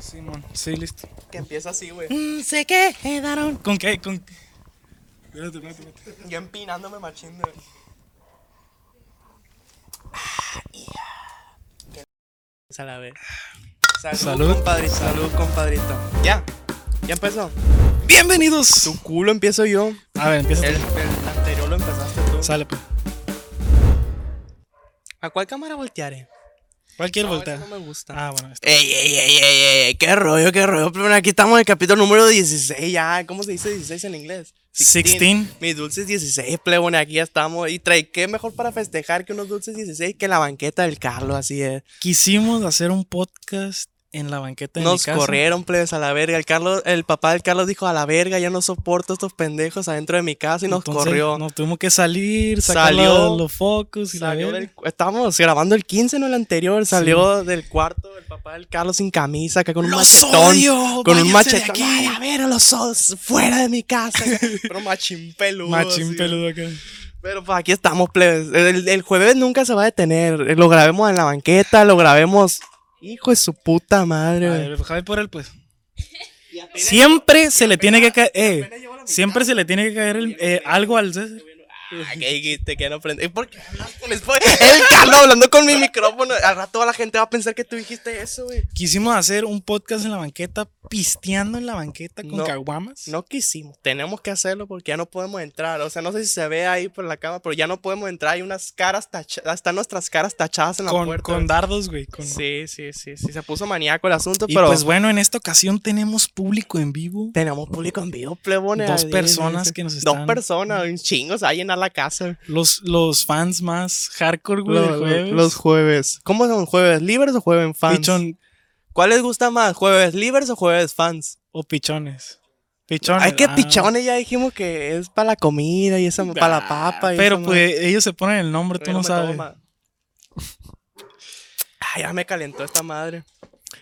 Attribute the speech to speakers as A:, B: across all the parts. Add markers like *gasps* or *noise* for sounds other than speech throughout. A: Simón. Sí, listo.
B: Que empieza así, güey.
A: Mm, se quedaron. ¿Con qué? ¿Con qué? Espérate, espérate, espérate.
B: Yo empinándome machín, güey.
C: A la vez.
B: Salud,
A: Salud.
B: compadrito. Salud, compadrito. Ya. Ya empezó.
A: Bienvenidos.
B: Tu culo empiezo yo.
A: A ver, empieza.
B: El,
A: tú.
B: el anterior lo empezaste tú.
A: Sale, pues.
C: ¿A cuál cámara voltearé?
A: Cualquier
B: No,
A: volta.
B: ese no me gusta.
A: Ah, bueno. este.
B: Ey, ey, ey, ey, ey, ey, qué rollo, qué rollo. Pero aquí estamos en el capítulo número 16 ya. ¿Cómo se dice 16 en inglés?
A: 16.
B: Mis dulces 16, plebón, aquí ya estamos. Y trae, qué mejor para festejar que unos dulces 16 que la banqueta del Carlos, así es.
A: Quisimos hacer un podcast en la banqueta de mi
B: Nos
A: casa.
B: corrieron, plebes, a la verga. El Carlos, el papá del Carlos dijo, a la verga, ya no soporto estos pendejos adentro de mi casa y nos
A: Entonces,
B: corrió.
A: Nos tuvimos que salir, sacar
B: Salió-
A: la- los focos y la
B: Salió
A: verga.
B: del- estábamos grabando el 15, no el anterior. Salió del cuarto el papá del Carlos sin camisa, acá con un machetón. con un
A: váyanse de
B: machetón. Ay, a ver, a los ojos, fuera de mi casa. *laughs* Pero machín peludo.
A: Machín
B: así.
A: peludo acá.
B: Pero pues aquí estamos, plebes. El, el jueves nunca se va a detener. Eh, Lo grabemos en la banqueta, lo grabemos. Hijo de su puta madre,
A: A
B: güey.
A: ver, Javi por él, pues. Siempre se le tiene que caer. Eh, siempre se le tiene que caer el- eh, algo al César.
B: Ah, ¿Qué dijiste? Que no aprendí. ¿Por qué hablas con el *laughs* El Carlos hablando con mi micrófono. Al rato la gente va a pensar que tú dijiste eso, güey.
A: Quisimos hacer un podcast en la banqueta, pisteando en la banqueta con
B: No.
A: caguamas.
B: No quisimos, tenemos que hacerlo porque ya no podemos entrar. O sea, no sé si se ve ahí por la cama, pero ya no podemos entrar. Hay unas caras tachadas, están nuestras caras tachadas en la
A: con,
B: puerta.
A: con
B: güey.
A: dardos, güey. con-
B: sí, sí, sí, sí, se puso maníaco el asunto,
A: Y
B: pero
A: pues bueno, en esta ocasión tenemos público en vivo.
B: tenemos público en vivo, plebones.
A: Dos
B: ahí,
A: personas
B: dice.
A: que nos
B: Dos
A: están-
B: personas, un chingo, se va a llenar la casa.
A: Los, los fans más hardcore, güey, del jueves.
B: los jueves. ¿Cómo son jueves? ¿Libres o jueves fans?
A: Pichon-
B: ¿Cuál les gusta más? ¿Jueves libres o jueves fans?
A: o pichones. Pichones.
B: Ay, qué
A: ah.
B: pichones, ya dijimos que es para la comida y esa, para la papa. Y
A: Pero
B: esa
A: pues ellos se ponen el nombre, tú
B: Bueno,
A: no
B: me
A: sabes.
B: toma. Ay, ya me calentó esta madre.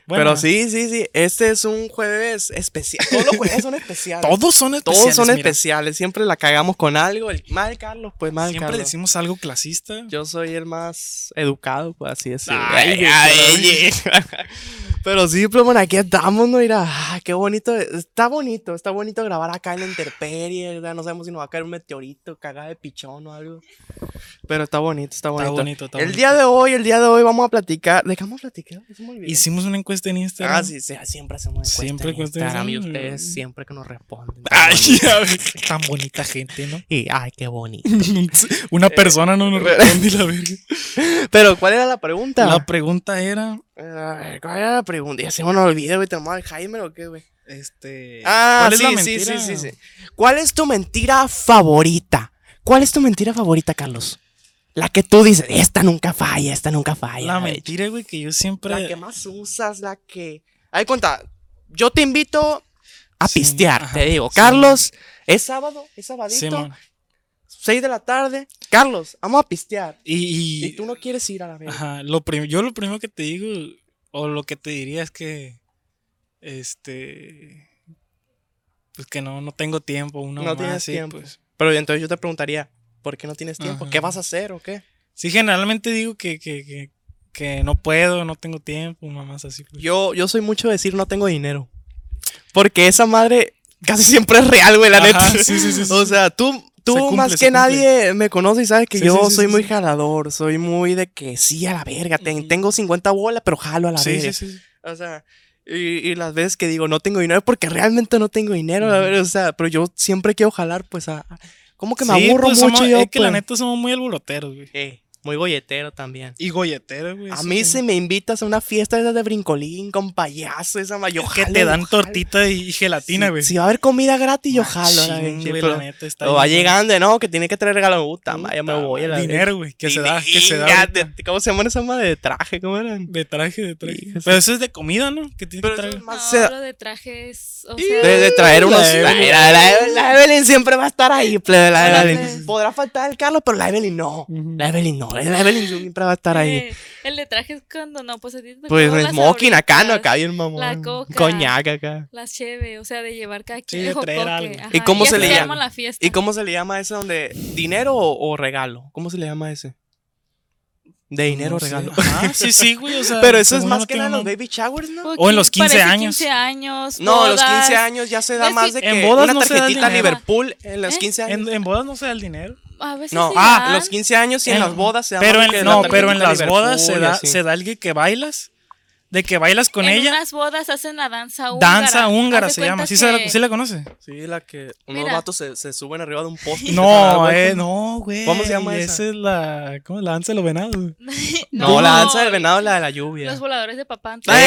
A: Bueno,
B: Pero sí, sí, sí. Este es un jueves especial. Todos los
A: *laughs*
B: jueves son especiales.
A: Todos son especiales.
B: Todos son
A: mira.
B: especiales. Siempre la cagamos con algo. El mal Carlos, pues mal
A: Siempre
B: Carlos.
A: decimos algo clasista.
B: Yo soy el más educado, pues así es.
A: Ay, ay,
B: *laughs* Pero sí, pero bueno, aquí estamos, ¿no? Mira, ah, qué bonito. Está bonito, está bonito grabar acá en la intemperie, ¿verdad? No sabemos si nos va a caer un meteorito, cagada de pichón o algo. Pero está bonito, está bonito.
A: bonito, está
B: el
A: bonito.
B: día de hoy, el día de hoy vamos a platicar. ¿De qué vamos a platicar? Ya se me olvidó.
A: Hicimos una encuesta en Instagram.
B: Ah, sí, sí, siempre hacemos encuestas
A: Siempre
B: en
A: encuestas en
B: Instagram y
A: Instagram.
B: ustedes siempre que nos responden.
A: *laughs* Ay, ya, tan bonita gente, ¿no?
B: Y, ay, qué bonito. *laughs*
A: Una persona no
B: Eh,
A: nos responde y la verga.
B: Pero, ¿cuál era la pregunta?
A: La pregunta era.
B: A ver, ¿cuál era la pregunta? Ya se me olvidó, güey. ¿Tenemos al Jaime o qué, güey?
A: Este.
B: Ah,
A: ¿cuál es
B: sí,
A: la
B: sí, sí,
A: mentira?
B: sí, sí. ¿Cuál es tu mentira favorita? ¿Cuál es tu mentira favorita, Carlos? La que tú dices, esta nunca falla, esta nunca falla.
A: La
B: güey.
A: mentira, güey, que yo
B: La que
A: siempre.
B: más usas, la que... Ahí cuenta, yo te invito a
A: Sí,
B: pistear,
A: ajá,
B: te digo.
A: sí.
B: Carlos, es sábado, es sabadito,
A: Simón.
B: 6 de la tarde. Carlos, vamos a pistear.
A: Y. y-
B: Y tú no quieres ir a la verga.
A: Ajá. Lo prim- yo lo primero que te digo, o lo que te diría es que. Este. Pues que no, no tengo tiempo, una
B: No
A: mamá
B: tienes
A: así,
B: tiempo.
A: pues.
B: Pero entonces yo te preguntaría, ¿por qué no tienes tiempo?
A: Ajá.
B: ¿Qué vas a hacer o qué?
A: Sí, generalmente digo que, que, que, que no puedo, no tengo tiempo, mamás así. pues.
B: Yo, yo soy mucho de decir no tengo dinero. Porque esa madre casi siempre es real, güey, la
A: Ajá,
B: neta.
A: sí, sí, sí, sí.
B: O sea, tú, tú
A: Se cumple,
B: más
A: se
B: que
A: cumple.
B: nadie me conoces y sabes que
A: Sí,
B: yo
A: sí, sí,
B: soy
A: sí,
B: muy
A: sí.
B: jalador. Soy muy de que sí a la verga. ten-
A: Ujú.
B: Tengo 50 bolas, pero jalo a la
A: sí,
B: verga.
A: sí, sí, sí.
B: O sea, y, y las veces que digo no tengo dinero es porque realmente no tengo dinero. la
A: Ujú.
B: verga, O sea, pero yo siempre quiero jalar, pues a. a- Como que me
A: Sí,
B: aburro
A: pues,
B: mucho
A: somos-
B: yo.
A: Es que la
B: pues.
A: neta somos muy alboroteros, güey.
B: Eh, muy golletero también.
A: Y golleteros, güey.
B: A
A: así
B: mí
A: que-
B: si me invitas a una fiesta de esas de brincolín con payaso, esa mayor
A: Que te dan tortita y gelatina, güey.
B: Si va a haber comida gratis, yo jalo. la
A: Machín,
B: verdad,
A: güey,
B: pero-
A: la neta está
B: o va
A: bien, güey.
B: llegando, no, que tiene que traer regalo. Puta, ma, ya me
A: Puta,
B: voy a la
A: Dinero, güey, que se da, que se da.
B: Chinga,
A: ahorita.
B: de- ¿Cómo se llaman esa madre de traje? ¿Cómo eran?
A: De traje, de traje.
B: Hija,
A: Pero eso es de comida, ¿no? Que tiene
B: Pero
A: que
B: eso es
A: traer.
B: más...
D: No,
B: se da-
D: lo de trajes, o sea,
B: De, de traer
A: La
B: unos... La,
A: Evelyn.
B: la- la- la Evelyn siempre va a estar ahí, plebe, la, la
D: Ándale.
B: Evelyn. Podrá faltar el Carlos, pero la Evelyn no.
A: Ujú.
B: La Evelyn no. La Evelyn siempre va a estar ahí.
D: eh, el de trajes cuando no, pues a ti te
B: Pues
D: tocó
B: el
D: las
B: smoking acá, no
D: abritas,
B: acá, bien mamón.
D: la coca.
B: Coñac acá.
D: Las cheve, o sea, de llevar cada quien.
A: de
D: o
A: traer
D: coque,
A: algo.
D: ajá,
B: ¿Y cómo se
D: así
B: le llama?
D: arma la fiesta.
B: ¿Y cómo se le llama ese donde dinero o, o regalo? ¿Cómo se le llama ese? De dinero
A: No sé.
B: regalo.
A: Ajá, sí, sí, güey. O sea,
B: Pero eso es
A: como
B: más
A: no
B: que
A: tiene
B: nada los
A: nombre.
B: baby showers, ¿no?
A: O en los 15
D: parece
A: años.
D: 15 años.
B: No, a los 15
D: Pues, bodas.
B: años ya se da
D: Es
B: más
D: que-
B: de
A: en
B: que
A: bodas
B: una
A: no se da
B: tarjetita
A: dinero.
B: Liverpool en los
D: ¿Eh?
B: 15 años.
A: En, en bodas no se da el dinero.
D: A veces
B: No,
D: sí
A: ah,
D: dan.
B: En los 15 años y en
A: En-
D: Eh,
B: las bodas se da
A: Pero
B: más
A: en,
B: que
A: no,
B: la
A: pero en
B: tarjetita
A: las bodas se
B: Liverpool y
A: da,
B: así.
A: se da el que- que bailas. De que bailas con
D: en
A: ella.
D: unas bodas hacen la danza húngara.
A: Danza húngara
D: Haz de
A: se llama.
D: cuenta
A: ¿Sí, se la,
D: que-
A: sí la
B: *laughs*
A: conoce?
B: Sí, la que unos
D: Mira.
B: vatos se, se suben arriba de un poste. y se hacen algo
A: No,
B: ahí
A: eh,
B: como-
A: no, güey.
B: ¿Cómo se llama esa?
A: Esa es la. ¿Cómo? La danza de los venados.
B: No, la danza del venado, la de la lluvia.
D: Los voladores de papán.
A: Ah,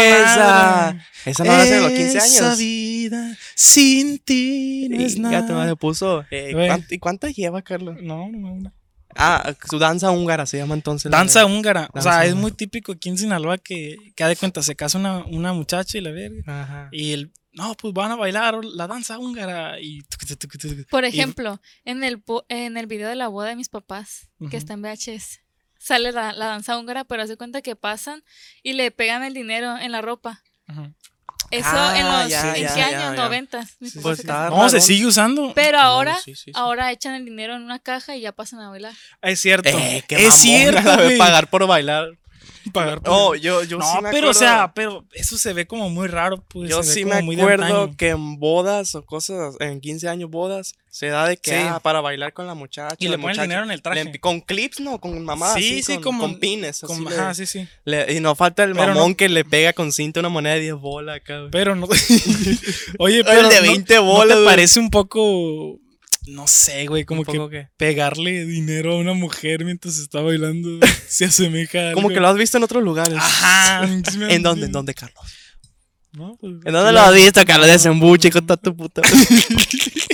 A: esa
B: ¡Esa!
A: madre.
B: Esa no la hacen en los 15
A: Esa
B: años.
A: vida sin ti no es
B: Y ya te
A: nada.
B: se puso. Eh,
A: Güey.
B: ¿cuán- ¿Y cuántas lleva, Carlos?
A: No, no, no.
B: Ah, su danza húngara se llama entonces. la
A: Danza
B: de-
A: húngara. o
B: Danza
A: sea, es
B: húngara.
A: muy típico aquí en Sinaloa que, que haz de cuenta, se casa una, una muchacha y la verga.
B: Ajá.
A: Y el, no, pues van a bailar la danza húngara. Y tuc, tuc, tuc, tuc.
D: Por
A: Y-
D: ejemplo, en el po- en el video de la boda de mis papás,
A: Ujú.
D: que está en VHS, sale la, la danza húngara, pero hace cuenta que pasan y le pegan el dinero en la ropa.
A: Ajá.
D: Eso
B: Ah,
D: en los
B: ya,
D: ¿en
B: ya,
D: qué
B: ya,
D: años?
B: ya.
D: Noventas. Mis
B: Sí,
A: Pues,
B: sí,
D: papás se
B: está
D: casaron.
A: No, se
B: rarón.
A: sigue usando.
D: Pero
B: Ah, No,
D: ahora,
B: sí, sí, sí.
D: ahora echan el dinero en una caja y ya pasan a bailar.
A: Es cierto.
B: Eh, qué
A: es *laughs*
B: mamón,
A: cierto.
B: la de
A: güey.
B: *laughs* pagar por bailar.
A: Pagar por-
B: Oh, yo, yo
A: no,
B: sí me
A: pero o
B: acuerdo-
A: sea, pero eso se ve como muy raro. Pues,
B: Yo
A: se ve
B: sí
A: como
B: me
A: muy de
B: acuerdo
A: antaño.
B: que en bodas o cosas, en 15 años bodas, se da de que
A: Sí.
B: ah, para bailar con la muchacha.
A: Y le
B: la
A: ponen el
B: muchacha-
A: dinero en el traje.
B: le- con clips, ¿no? Con mamá.
A: Sí, sí,
B: con,
A: como-
B: con pines. así
A: Como-
B: le-
A: ajá, sí, sí.
B: le- y no falta el
A: Pero
B: mamón que le pega con cinta una moneda de 10 bolas acá. güey.
A: Pero
B: *laughs*
A: no. *laughs* Oye, pero.
B: el de
A: no-
B: 20
A: ¿no
B: bolas.
A: te
B: güey.
A: parece un poco. No sé, güey, como
B: Un
A: que
B: poco que-
A: pegarle dinero a una mujer mientras está bailando
B: *laughs*
A: se asemeja a.
B: Como
A: algo.
B: que lo has visto en otros lugares.
A: Ajá.
B: ¿En dónde? ¿En dónde, Carlos?
A: No, pues,
B: ¿En dónde lo has visto, Carlos? Desembuche con toda tu puta.
A: *laughs*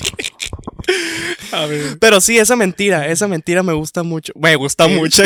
A: A ver.
B: *laughs* Pero sí, esa mentira, esa mentira me gusta mucho. Eh, Me gusta *laughs* mucho.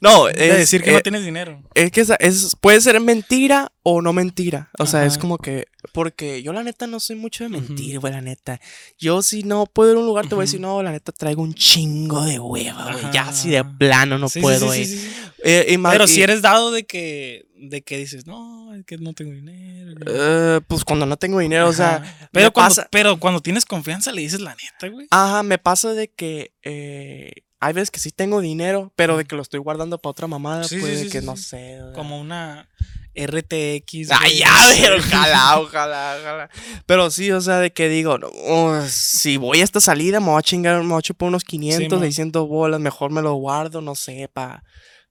B: no, es
A: ah, De decir que
B: eh,
A: no tienes dinero.
B: Es que esa- es, puede ser mentira o no mentira. O sea, es
A: Ajá.
B: como que. Porque yo, la neta, no soy mucho de mentir,
A: Ujú.
B: güey, la neta. Yo, si no puedo ir a un lugar, te voy a decir,
A: Ujú.
B: no, la neta, traigo un chingo de hueva, güey. Ya,
A: Ajá.
B: si de plano no
A: Sí, sí,
B: puedo
A: sí,
B: ir.
A: sí, sí, sí.
B: Eh, y más-
A: Pero
B: y-
A: si eres dado de que, de que dices, no, es que no tengo dinero.
B: eh, pues cuando no tengo dinero, o sea.
A: Ajá. pero
B: me
A: cuando,
B: pasa-
A: pero cuando tienes confianza le dices la neta, güey.
B: Ajá, me pasa de que. eh, hay veces que sí tengo dinero, pero de que lo estoy guardando para otra mamada,
A: Sí,
B: pues
A: sí,
B: de
A: sí,
B: que
A: sí,
B: no
A: sí.
B: sé. o sea.
A: Como una RTX.
B: *laughs* Ay,
A: güey,
B: ya,
A: no sé. *laughs*
B: pero ojalá, ojalá, ojalá. Pero sí, o sea, de que digo, no, oh, si voy a esta salida, me voy a chingar, me voy a chupar unos 500,
A: Simón.
B: 600 bolas, mejor me lo guardo, no sé, para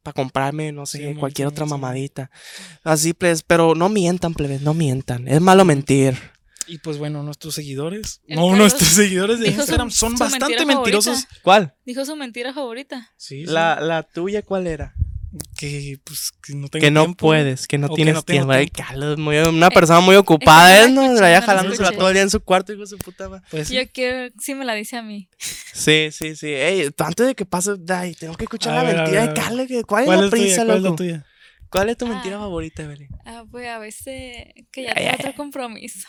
B: pa comprarme, no sé,
A: Simón,
B: cualquier
A: Simón,
B: otra
A: Simón.
B: mamadita. Así, pues, pero no mientan, plebes, no mientan. Es malo mentir.
A: Y pues bueno, nuestros seguidores.
D: El
A: No,
D: Carlos
A: nuestros seguidores de
D: dijo su-
A: Instagram son
D: su
A: bastante
D: mentira
A: mentirosos.
B: ¿Cuál?
D: Dijo su mentira favorita.
A: Sí, sí.
B: La, la tuya, ¿cuál era?
A: que pues que no tengo
B: que no
A: tiempo.
B: puedes, que no
A: O que
B: tienes
A: no tengo
B: tiempo. Ay, Carlos, muy- una persona muy ocupada,
D: la
B: ¿eh? No,
D: escuché,
B: la
D: no
B: ya
D: la
B: jalándosela
D: escuché.
B: todo el día en su cuarto, hijo de su puta madre.
A: Pues, sí.
D: Yo quiero, sí me la dice a mí.
B: Sí, sí, sí. Ey, antes de que pase, ay, tengo que escuchar
A: A
B: la
A: ver, a
B: mentira
A: ver,
B: de
A: a ver.
B: Carla. que- ¿Cuál,
A: ¿Cuál
B: es
A: es
B: la
A: tuya?
B: prisa,
A: ¿Cuál es la
B: loco?
A: tuya?
B: ¿Cuál es tu
D: Ah.
B: mentira favorita, Evelyn?
D: Ah, pues a veces que ya
B: Ay,
D: tengo
B: ay,
D: otro compromiso.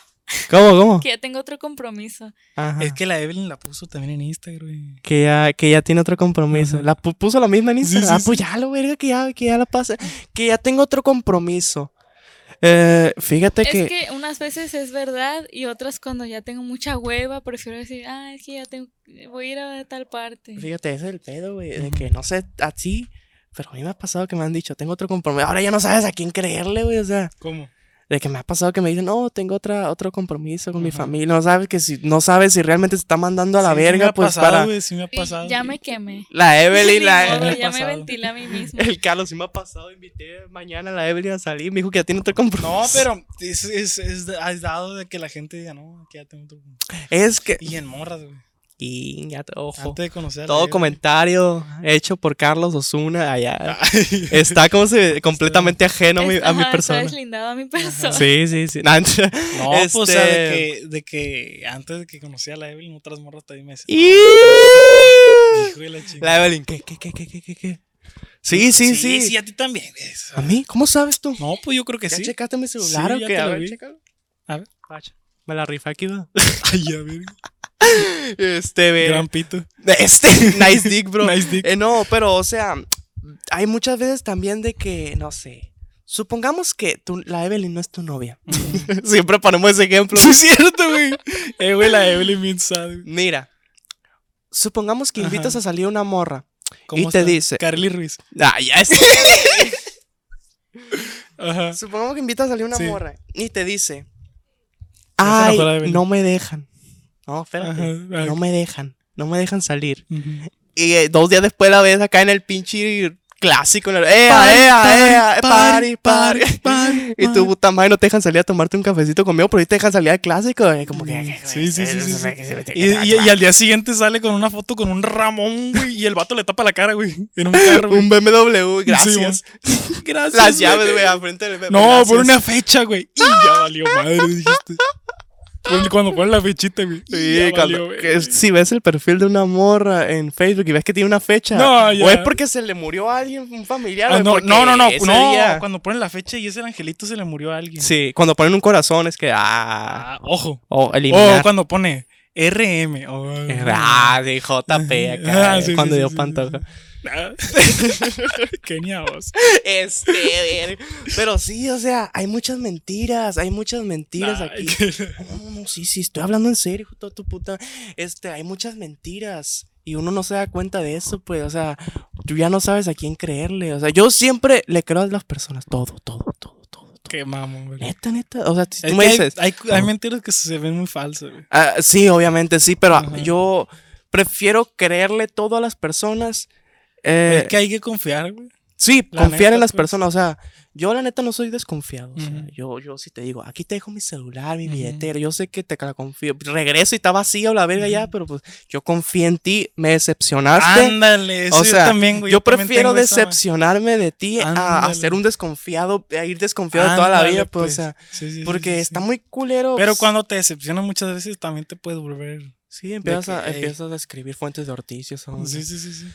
B: ¿Cómo, cómo?
D: Que ya tengo otro compromiso.
B: Ajá.
A: Es que la Evelyn la puso también en Instagram. güey.
B: Que ya, que ya tiene otro compromiso.
A: Ajá.
B: La pu- puso la misma en
A: Sí,
B: Instagram.
A: sí,
B: ah, pues ya, lo verga, que ya, que ya la pase. Que ya tengo otro compromiso. Eh, fíjate
D: Es
B: que,
D: que unas veces es verdad y otras cuando ya tengo mucha hueva, prefiero decir, ah, es que ya tengo, voy a ir a tal parte.
B: Fíjate, ese es el pedo, güey. De
A: Ujú.
B: que no sé a ti, pero a mí me ha pasado que me han dicho, tengo otro compromiso. Ahora ya no sabes a quién creerle, güey. O sea.
A: ¿Cómo?
B: De que me ha pasado que me dicen, no, tengo otra, otro compromiso con mi
A: Ajá.
B: familia. No sabes que si, no sabes si realmente se está mandando a la
A: Sí, sí me
B: verga,
A: ha
B: pues
A: pasado,
B: para.
A: güey, sí me ha
D: Y
A: pasado.
D: ya me quemé.
B: La
D: *laughs* Ni
B: Evelyn, la
D: modo,
A: me ha
D: ya me
A: pasado.
D: ventilé a
A: *laughs*
D: mí mismo.
B: El Carlos sí me ha pasado, invité mañana a la Evelyn a salir, me dijo que ya tiene otro compromiso.
A: No, pero es, es, es, has dado de que la gente diga, no, que ya tengo otro.
B: Es que.
A: Y en morras, güey.
B: Y ya, ojo.
A: Antes de conocer a la
B: Todo
A: Evelyn.
B: comentario hecho por Carlos Osuna allá.
A: Ah. *laughs*
B: Está como si completamente ajeno a mi, a mi
D: Está- Está
B: persona.
D: deslindado a mi persona.
B: Sí, sí, sí. No,
A: No, *laughs* pues, o sea, de
B: este-
A: que, de que antes de que conocí a la Evelyn, otras morras también me decían.
B: Y-
A: Hijo de la chingada.
B: La Evelyn, ¿qué, qué, qué, qué, qué, qué, qué? Sí, sí, sí.
A: sí. a ti también. güey.
B: ¿A mí? ¿Cómo sabes tú?
A: No, pues yo creo que
B: ¿Ya
A: sí.
B: checaste mi
A: Sí,
B: celular o
A: ya
B: qué?
A: te
B: A
A: lo
B: ver,
A: vi.
B: chécalo.
A: A ver.
B: Pacha, Me la rifa aquí, va.
A: *laughs* Ay, a ver.
B: Este, ve.
A: Gran pito.
B: *laughs* Este, nice dick,
A: *laughs*
B: bro.
A: Nice dick.
B: Eh, no, pero, o sea, hay muchas veces también de que, no sé. Supongamos que tú- la Evelyn no es tu novia. *laughs* Siempre ponemos ese ejemplo.
A: Sí, es cierto, güey. Eh, güey, la Evelyn bien sad, güey.
B: Mira, supongamos que
A: Ajá.
B: invitas a salir a una morra.
A: ¿Cómo
B: Y te
A: está?
B: dice-
A: Carly Ruiz.
B: Ah, ya es.
A: Ajá.
B: Supongamos que invitas a salir una
A: Sí.
B: morra y te dice:
A: Ya se
B: Ay,
A: enojó la Evelyn.
B: no me dejan. No,
A: Ajá,
B: espérate.
A: ah,
B: No me dejan. No me dejan salir.
A: ujú.
B: Y eh, dos días después la ves acá en el pinche clásico. En el, ¡Ea,
A: Party,
B: ea,
A: party,
B: ea! ¡Party,
A: party,
B: party!
A: party,
B: *laughs* Y tu
A: party.
B: puta madre no te dejan salir a tomarte un cafecito conmigo, pero sí te dejan salir al clásico. eh, Como que. *laughs*
A: Sí, sí, sí, sí, sí. Y, y- y al día siguiente sale con una foto con un ramón, güey, y el vato le tapa la cara, güey, en un carro, güey.
B: Un BMW,
A: Sí, Ah,
B: gracias.
A: güey. Gracias.
B: Las
A: güey.
B: llaves, güey, al frente del BMW.
A: No,
B: gracias.
A: por una fecha, güey. Y ya
B: *laughs*
A: valió madre, dijiste. Por- Cuando ponen la fechita, güey.
B: Sí,
A: ya
B: cuando-
A: valió, güey.
B: que es- si ves el perfil de una morra en Facebook y ves que tiene una fecha,
A: No, ya.
B: o es porque se le murió a alguien, un familiar.
A: Ah,
B: o
A: no,
B: porque
A: no, no, no,
B: ese
A: no,
B: día-
A: Cuando ponen la fecha y es el angelito se le murió a alguien.
B: Sí, cuando ponen un corazón es que, ah,
A: Ah, ojo.
B: o
A: O
B: eliminar.
A: cuando pone RM. oh, *laughs*
B: ah, de JP acá, eh,
A: Ah, sí,
B: cuando
A: sí,
B: dio
A: sí, sí,
B: pantoja.
A: ah. Kenia vos.
B: Este, *laughs* ver- pero sí, o sea, hay muchas mentiras, hay muchas mentiras
A: Nah,
B: aquí.
A: que-
B: No, no, no, sí, sí, estoy hablando en serio, hijo de tu puta. Este, hay muchas mentiras y uno no se da cuenta de eso, pues, o sea, tú ya no sabes a quién creerle. O sea, yo siempre le creo a las personas, todo, todo, todo, todo. todo.
A: Qué mamón, güey.
B: Neta, neta. O sea, si
A: Es
B: tú me
A: que hay-
B: dices.
A: Hay, hay mentiras que se ven muy falsas, güey.
B: ah, sí, obviamente, sí, pero ah,
A: Ajá.
B: yo prefiero creerle todo a las personas. eh,
A: es que hay que confiar, güey.
B: Sí,
A: La
B: confiar
A: neta,
B: en las
A: pues.
B: personas. O sea, yo la neta no soy desconfiado. O sea,
A: Ujú.
B: yo, yo sí te digo, aquí te dejo mi celular, mi
A: Ujú.
B: billetera. Yo sé que te la confío. Regreso y está vacío la verga ya,
A: Ujú.
B: pero pues yo confío en ti. Me decepcionaste.
A: Ándale, eso
B: o sea,
A: yo también, güey.
B: yo
A: también
B: prefiero
A: tengo esa-
B: decepcionarme de ti a, a
A: Ándale.
B: ser un desconfiado, a ir desconfiado toda la
A: Ándale,
B: vida, pues, o sea,
A: Sí, sí, sí,
B: porque
A: sí, sí.
B: está muy culero.
A: Pero
B: pues,
A: cuando te decepcionas muchas veces también te puedes volver.
B: Sí, empiezas,
A: que,
B: a,
A: ey.
B: empiezas a escribir fuentes de Ortiz y esa onda.
A: Sí, sí, sí, sí.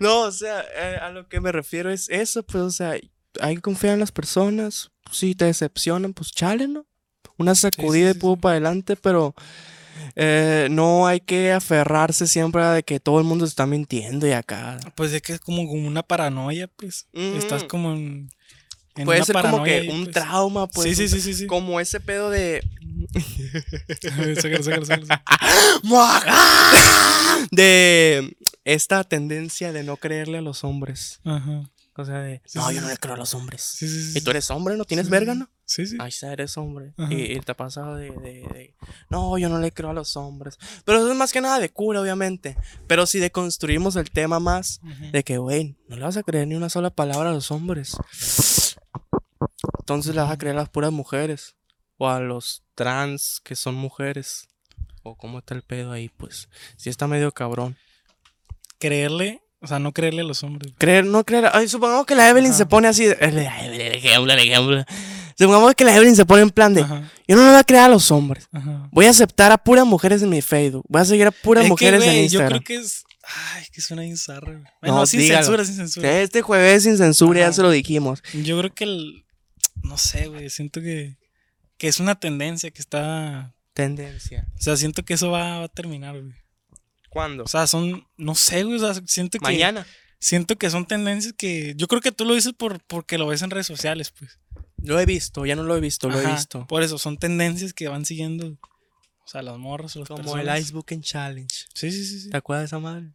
B: No, o sea, eh, a lo que me refiero es eso, pues, o sea, hay que confiar en las personas. Si te decepcionan, pues chale, ¿no? Una sacudida
A: sí,
B: y pudo
A: sí.
B: para adelante, pero eh, no hay que aferrarse siempre a de que todo el mundo se está mintiendo y acá.
A: Pues es que es como como una paranoia, pues. Estás
B: Ujú.
A: como en. en
B: Mm. Puede
A: una
B: ser como
A: paranoia
B: que
A: ahí,
B: un
A: pues.
B: trauma,
A: sí,
B: pues.
A: sí,
B: un-
A: sí, sí, sí.
B: Como ese
A: *gasps*
B: pedo de.
A: *laughs* Sácalo, sácalo, sácalo, sácalo.
B: *laughs* de esta tendencia de no creerle a los hombres.
A: Ajá.
B: O sea, de.
A: Sí,
B: no,
A: sí,
B: yo no
A: sí.
B: le creo a los hombres.
A: Sí, sí, sí.
B: Y tú eres hombre, ¿no?
A: sí,
B: ¿Tienes
A: sí,
B: verga,
A: sí.
B: no?
A: Sí, sí.
B: Ay, sea, eres hombre.
A: Ajá.
B: Y, y te ha pasado de, de- de, No, yo no le creo a los hombres. Pero eso es más que nada de cura, obviamente. Pero si deconstruimos el tema más
A: Ujú.
B: de que, güey, no le vas a creer ni una sola palabra a los hombres. Entonces le vas a creer a las puras mujeres. O a los trans que son mujeres. O cómo está el pedo ahí, pues. Si está medio cabrón.
A: Creerle, o sea, no creerle a los hombres.
B: Creer, no creer. Ay, supongamos que la Evelyn
A: Ajá.
B: se pone así. de- El ejemplo, el ejemplo. Supongamos que la Evelyn se pone en plan de.
A: Ajá,
B: Yo no le voy a creer a los hombres.
A: ajá.
B: Voy a aceptar a puras mujeres en mi Facebook. Voy a seguir a puras
A: Es que,
B: mujeres en
A: güey,
B: Instagram.
A: Yo creo que es. Ay, que suena bizarro, güey. Bueno,
B: No,
A: sin
B: dígalo.
A: censura, sin censura.
B: Este jueves sin censura,
A: Ajá.
B: ya se lo dijimos.
A: Yo creo que el. No sé, güey. Siento que. Que es una tendencia que está.
B: Tendencia.
A: O sea, siento que eso va, va a terminar, güey.
B: ¿Cuándo?
A: O sea, son. No sé, güey. O sea, siento que.
B: Mañana.
A: Siento que son tendencias que. Yo creo que tú lo dices por, porque lo ves en redes sociales, pues.
B: Lo he visto, ya no lo he visto, lo he
A: Ajá,
B: visto.
A: Por eso, son tendencias que van siguiendo. O sea, las morras o las
B: Como
A: personas.
B: el Ice Bucket Challenge.
A: Sí, sí, sí. sí.
B: ¿Te acuerdas de esa madre?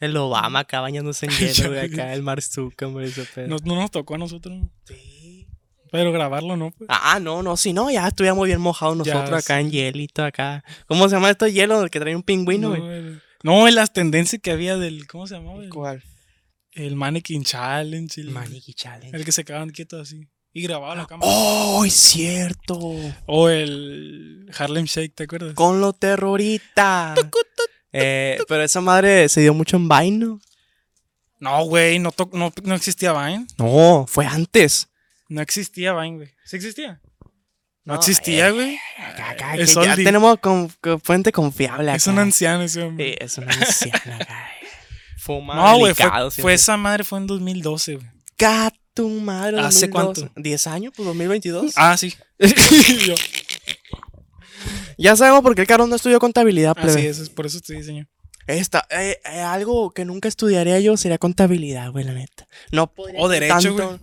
B: El Obama
A: *laughs*
B: acá bañándose en hielo, güey,
A: Ya.
B: acá el Mark Zuckerberg, ese pedo.
A: No, no nos tocó a nosotros. ¿no?
B: Sí.
A: Pero grabarlo, ¿no? Pues.
B: Ah, no, no, si no, ya estuviéramos bien mojados nosotros
A: Ya,
B: acá en hielito, acá. ¿Cómo se llama esto hielo el que trae un pingüino, güey?
A: no, el- no, las tendencias que había del. ¿Cómo se llamaba? El,
B: ¿Cuál?
A: el Mannequin Challenge. El,
B: Maniki Challenge.
A: El que se quedaban quietos así. Y grababa la cámara.
B: ¡Oh, es cierto!
A: O el Harlem Shake, ¿te acuerdas?
B: Con lo terrorita. Eh, pero esa madre se dio mucho en Vine, ¿no?
A: No, güey, no, to- no, no existía Vine.
B: No, fue antes.
A: No existía Vine, güey. ¿Sí existía? No,
B: No, eh,
A: existía, güey.
B: Acá, acá,
A: El
B: que
A: Sol
B: ya
A: Di-
B: tenemos eh, con, con fuente confiable acá.
A: Es un anciano ese
B: Sí,
A: hombre.
B: es una anciana acá. Fuma
A: no, güey, fue,
B: delicado,
A: fue
B: siempre.
A: esa madre, fue en 2012, güey.
B: Gato madre.
A: ¿Hace
B: 2012.
A: cuánto?
B: ¿10 años? Pues 2022.
A: Ah,
B: *laughs*
A: sí. Yo,
B: Ya sabemos por qué el carón no estudió contabilidad, plebe.
A: así es, es por eso estoy diseño.
B: Esta, eh, eh, algo que nunca estudiaría yo sería contabilidad, güey, la neta. No podría
A: O
B: ser
A: Oh, derecho,
B: tanto-
A: güey.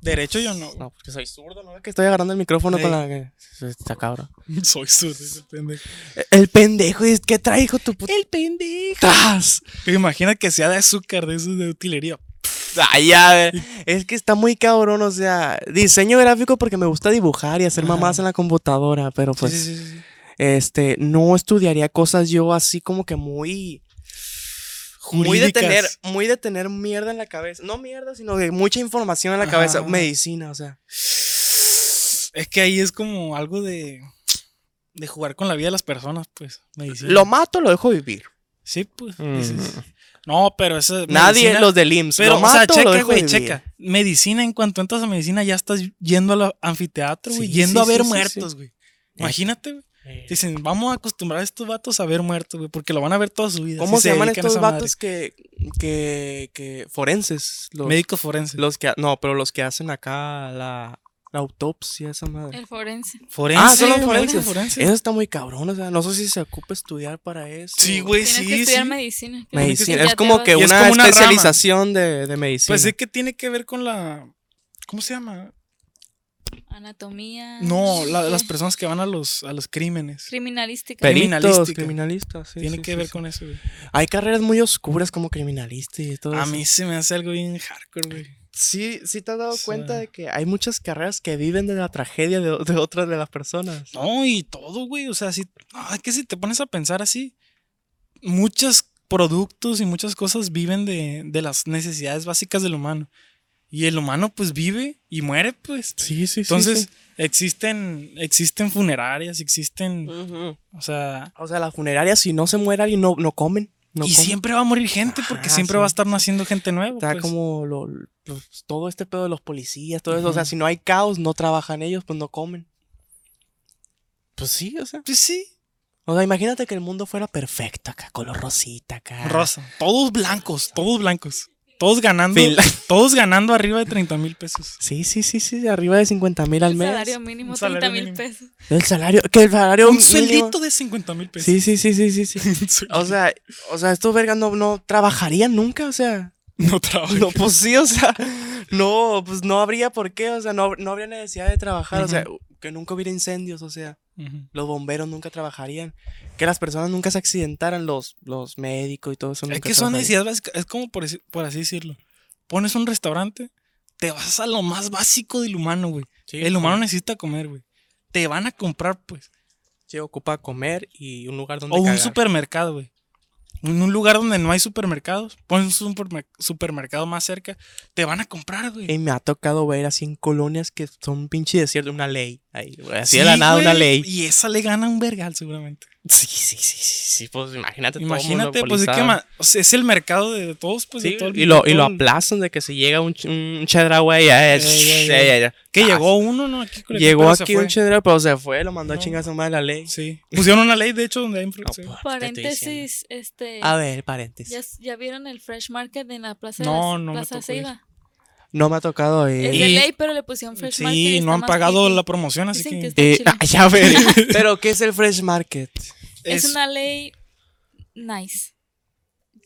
A: Derecho yo no.
B: No, porque soy zurdo, ¿no? Es que estoy agarrando el micrófono
A: Ey.
B: con la que. Está cabrón.
A: *laughs* Soy zurdo, ese pendejo.
B: El pendejo, ¿y ¿qué trae, hijo tu puta?
A: El pendejo. ¡Tas! Imagina que sea de azúcar, de esos de utilería.
B: Ay, ya, ve. Es que está muy cabrón, o sea, diseño gráfico porque me gusta dibujar y hacer
A: Ajá.
B: mamás en la computadora, pero pues,
A: sí, sí, sí, sí.
B: este, no estudiaría cosas yo así como que muy, muy de
A: Jurídicas.
B: tener, muy de tener mierda en la cabeza, no mierda, sino de mucha información en la
A: Ajá,
B: cabeza,
A: ajá.
B: medicina, o sea,
A: Es que ahí es como algo de. De jugar con la vida de las personas, pues. Medicina.
B: lo mato, lo dejo vivir.
A: Sí, pues.
B: Mm.
A: dices, No, pero eso.
B: Nadie,
A: Pues medicina-
B: los del IMSS,
A: Pero,
B: lo mato,
A: o sea,
B: lo
A: checa,
B: dejo
A: güey,
B: vivir.
A: checa. Medicina, en cuanto entras a medicina, ya estás yendo al anfiteatro, güey.
B: Sí,
A: yendo
B: sí,
A: a ver
B: sí, sí,
A: muertos, güey. Imagínate, güey. Dicen, vamos a acostumbrar a estos vatos a ver muertos, güey, porque lo van a ver toda su vida.
B: ¿Cómo
A: si
B: se, llaman
A: dedican a
B: estos
A: esa madre.
B: vatos que, que, que, forenses? Los,
A: Médicos forenses.
B: los que, ha- no, pero los que hacen acá la, la autopsia, esa madre.
D: El forense.
A: Forenses.
B: Ah, son los
A: médicos
B: forenses.
A: forenses.
B: Eso está muy cabrón, o sea, no sé si se ocupa estudiar para eso.
A: Sí, güey,
D: Tienes
A: sí,
D: que estudiar
A: sí.
D: medicina.
B: Medicina,
D: Ya
B: es
D: te
B: como
D: vas-
B: que
A: Y
B: una,
A: es como una rama.
B: especialización de, de medicina.
A: Pues es que tiene que ver con la. ¿Cómo se llama?
D: Anatomía.
A: No, la-
D: sé,
A: las personas que van a los, a los crímenes.
D: Criminalística.
A: Pero-
B: Peritos,
A: criminalística.
B: criminalistas, sí,
A: tiene
B: sí,
A: que
B: sí,
A: ver
B: sí.
A: con eso, güey.
B: Hay carreras muy oscuras como criminalista y todo
A: A
B: eso.
A: mí se me hace algo bien hardcore, güey.
B: Sí, sí te has dado
A: O sea-
B: cuenta de que hay muchas carreras que viven de la tragedia de, de otras de las personas.
A: No, y todo, güey. O sea, si, no, es que si te pones a pensar así, muchos productos y muchas cosas viven de, de las necesidades básicas del humano. Y el humano, pues, vive y muere, pues.
B: Sí, sí,
A: Entonces, existen, existen funerarias, existen. O sea.
B: O sea, las funerarias, si no se muere alguien, no, no comen. No
A: y
B: comen.
A: siempre va a morir gente porque
B: Ajá,
A: siempre
B: sí.
A: va a estar naciendo gente nueva.
B: Está
A: pues.
B: como lo- pues, todo este pedo de los policías, todo eso. O sea,
A: Ujú.
B: si no hay caos, no trabajan ellos, pues no comen. Pues sí, o sea.
A: Pues sí.
B: O sea, imagínate que el mundo fuera perfecto acá, color rosita acá.
A: Rosa. Todos blancos, todos blancos. Todos ganando.
B: Fin-
A: Todos ganando arriba de 30 mil pesos.
B: Sí, sí, sí, sí, de arriba de 50 mil al
D: El
B: mes.
D: salario mínimo,
A: Un salario
D: 30 mil
A: mínimo.
D: pesos.
B: El salario, que el salario.
A: Un
B: mínimo- Pues
A: sueldito de 50 mil pesos.
B: Sí, sí, sí, sí, sí. sí.
A: Un *laughs* sueldito.
B: O sea, o sea, estos vergas no, no trabajarían nunca, o sea.
A: No trabaja.
B: No, pues sí,
A: *laughs*
B: o sea, no, pues no habría por qué, o sea, no, no habría necesidad de trabajar, o sea, que nunca hubiera incendios, o sea,
A: Ujú.
B: los bomberos nunca trabajarían, que las personas nunca se accidentaran, los, los médicos y todo eso.
A: Es
B: nunca
A: que son
B: trabajarían.
A: necesidades básicas. Es como por, así- por así decirlo. Pones un restaurante, te vas a lo más básico del humano, güey. El humano necesita comer, güey. Te van a comprar, pues.
B: Sí, ocupa comer y un lugar donde
A: O un
B: cagar.
A: supermercado, güey. En un lugar donde no hay supermercados, pones un supermer- supermercado más cerca, te van a comprar, güey.
B: Y me ha tocado ver así en colonias que son un pinche desierto, una ley. Ahí, güey, así
A: Sí,
B: de la nada, una
A: güey,
B: ley.
A: Y esa le gana un vergal, seguramente.
B: Sí, sí, sí, sí, sí, pues imagínate. todo
A: Imagínate, pues es que
B: monopolizado.
A: ma- o sea, es el mercado de todos, pues
B: Sí,
A: de todo el-
B: y, lo, y lo
A: todo el-
B: aplazan de que si llega un, ch- un chedra, güey, ya es.
A: Ey, ey,
B: ya,
A: ey.
B: ya, ya.
A: Que
B: Ah,
A: llegó uno, ¿no? Aquí con el-
B: Llegó
A: pero se
B: aquí un
A: fue.
B: chedra, pero se fue, lo mandó a
A: No.
B: chingar a su madre la ley.
A: Sí. Pusieron una ley, de hecho, donde hay influencia.
B: No, pues, ¿qué te estoy diciendo?
D: Paréntesis, este.
B: A ver,
D: ¿ya,
B: paréntesis.
D: ¿Ya vieron el Fresh Market en la Plaza
A: No,
D: de
A: no me
D: Plaza
A: tocó
D: Ceiba?
B: No me ha tocado
D: Es
B: ir.
D: de
A: Y-
D: ley, pero le pusieron Fresh Market. y
A: Sí,
D: Pues, está
A: no han
D: más
A: pagado
D: piqui.
A: la promoción, así
D: Dicen
A: que.
D: que está
B: Eh,
D: chila.
A: *laughs*
B: ah, ya ver. *laughs* Pero, ¿qué es el Fresh Market?
D: es,
A: es-
D: una ley nice.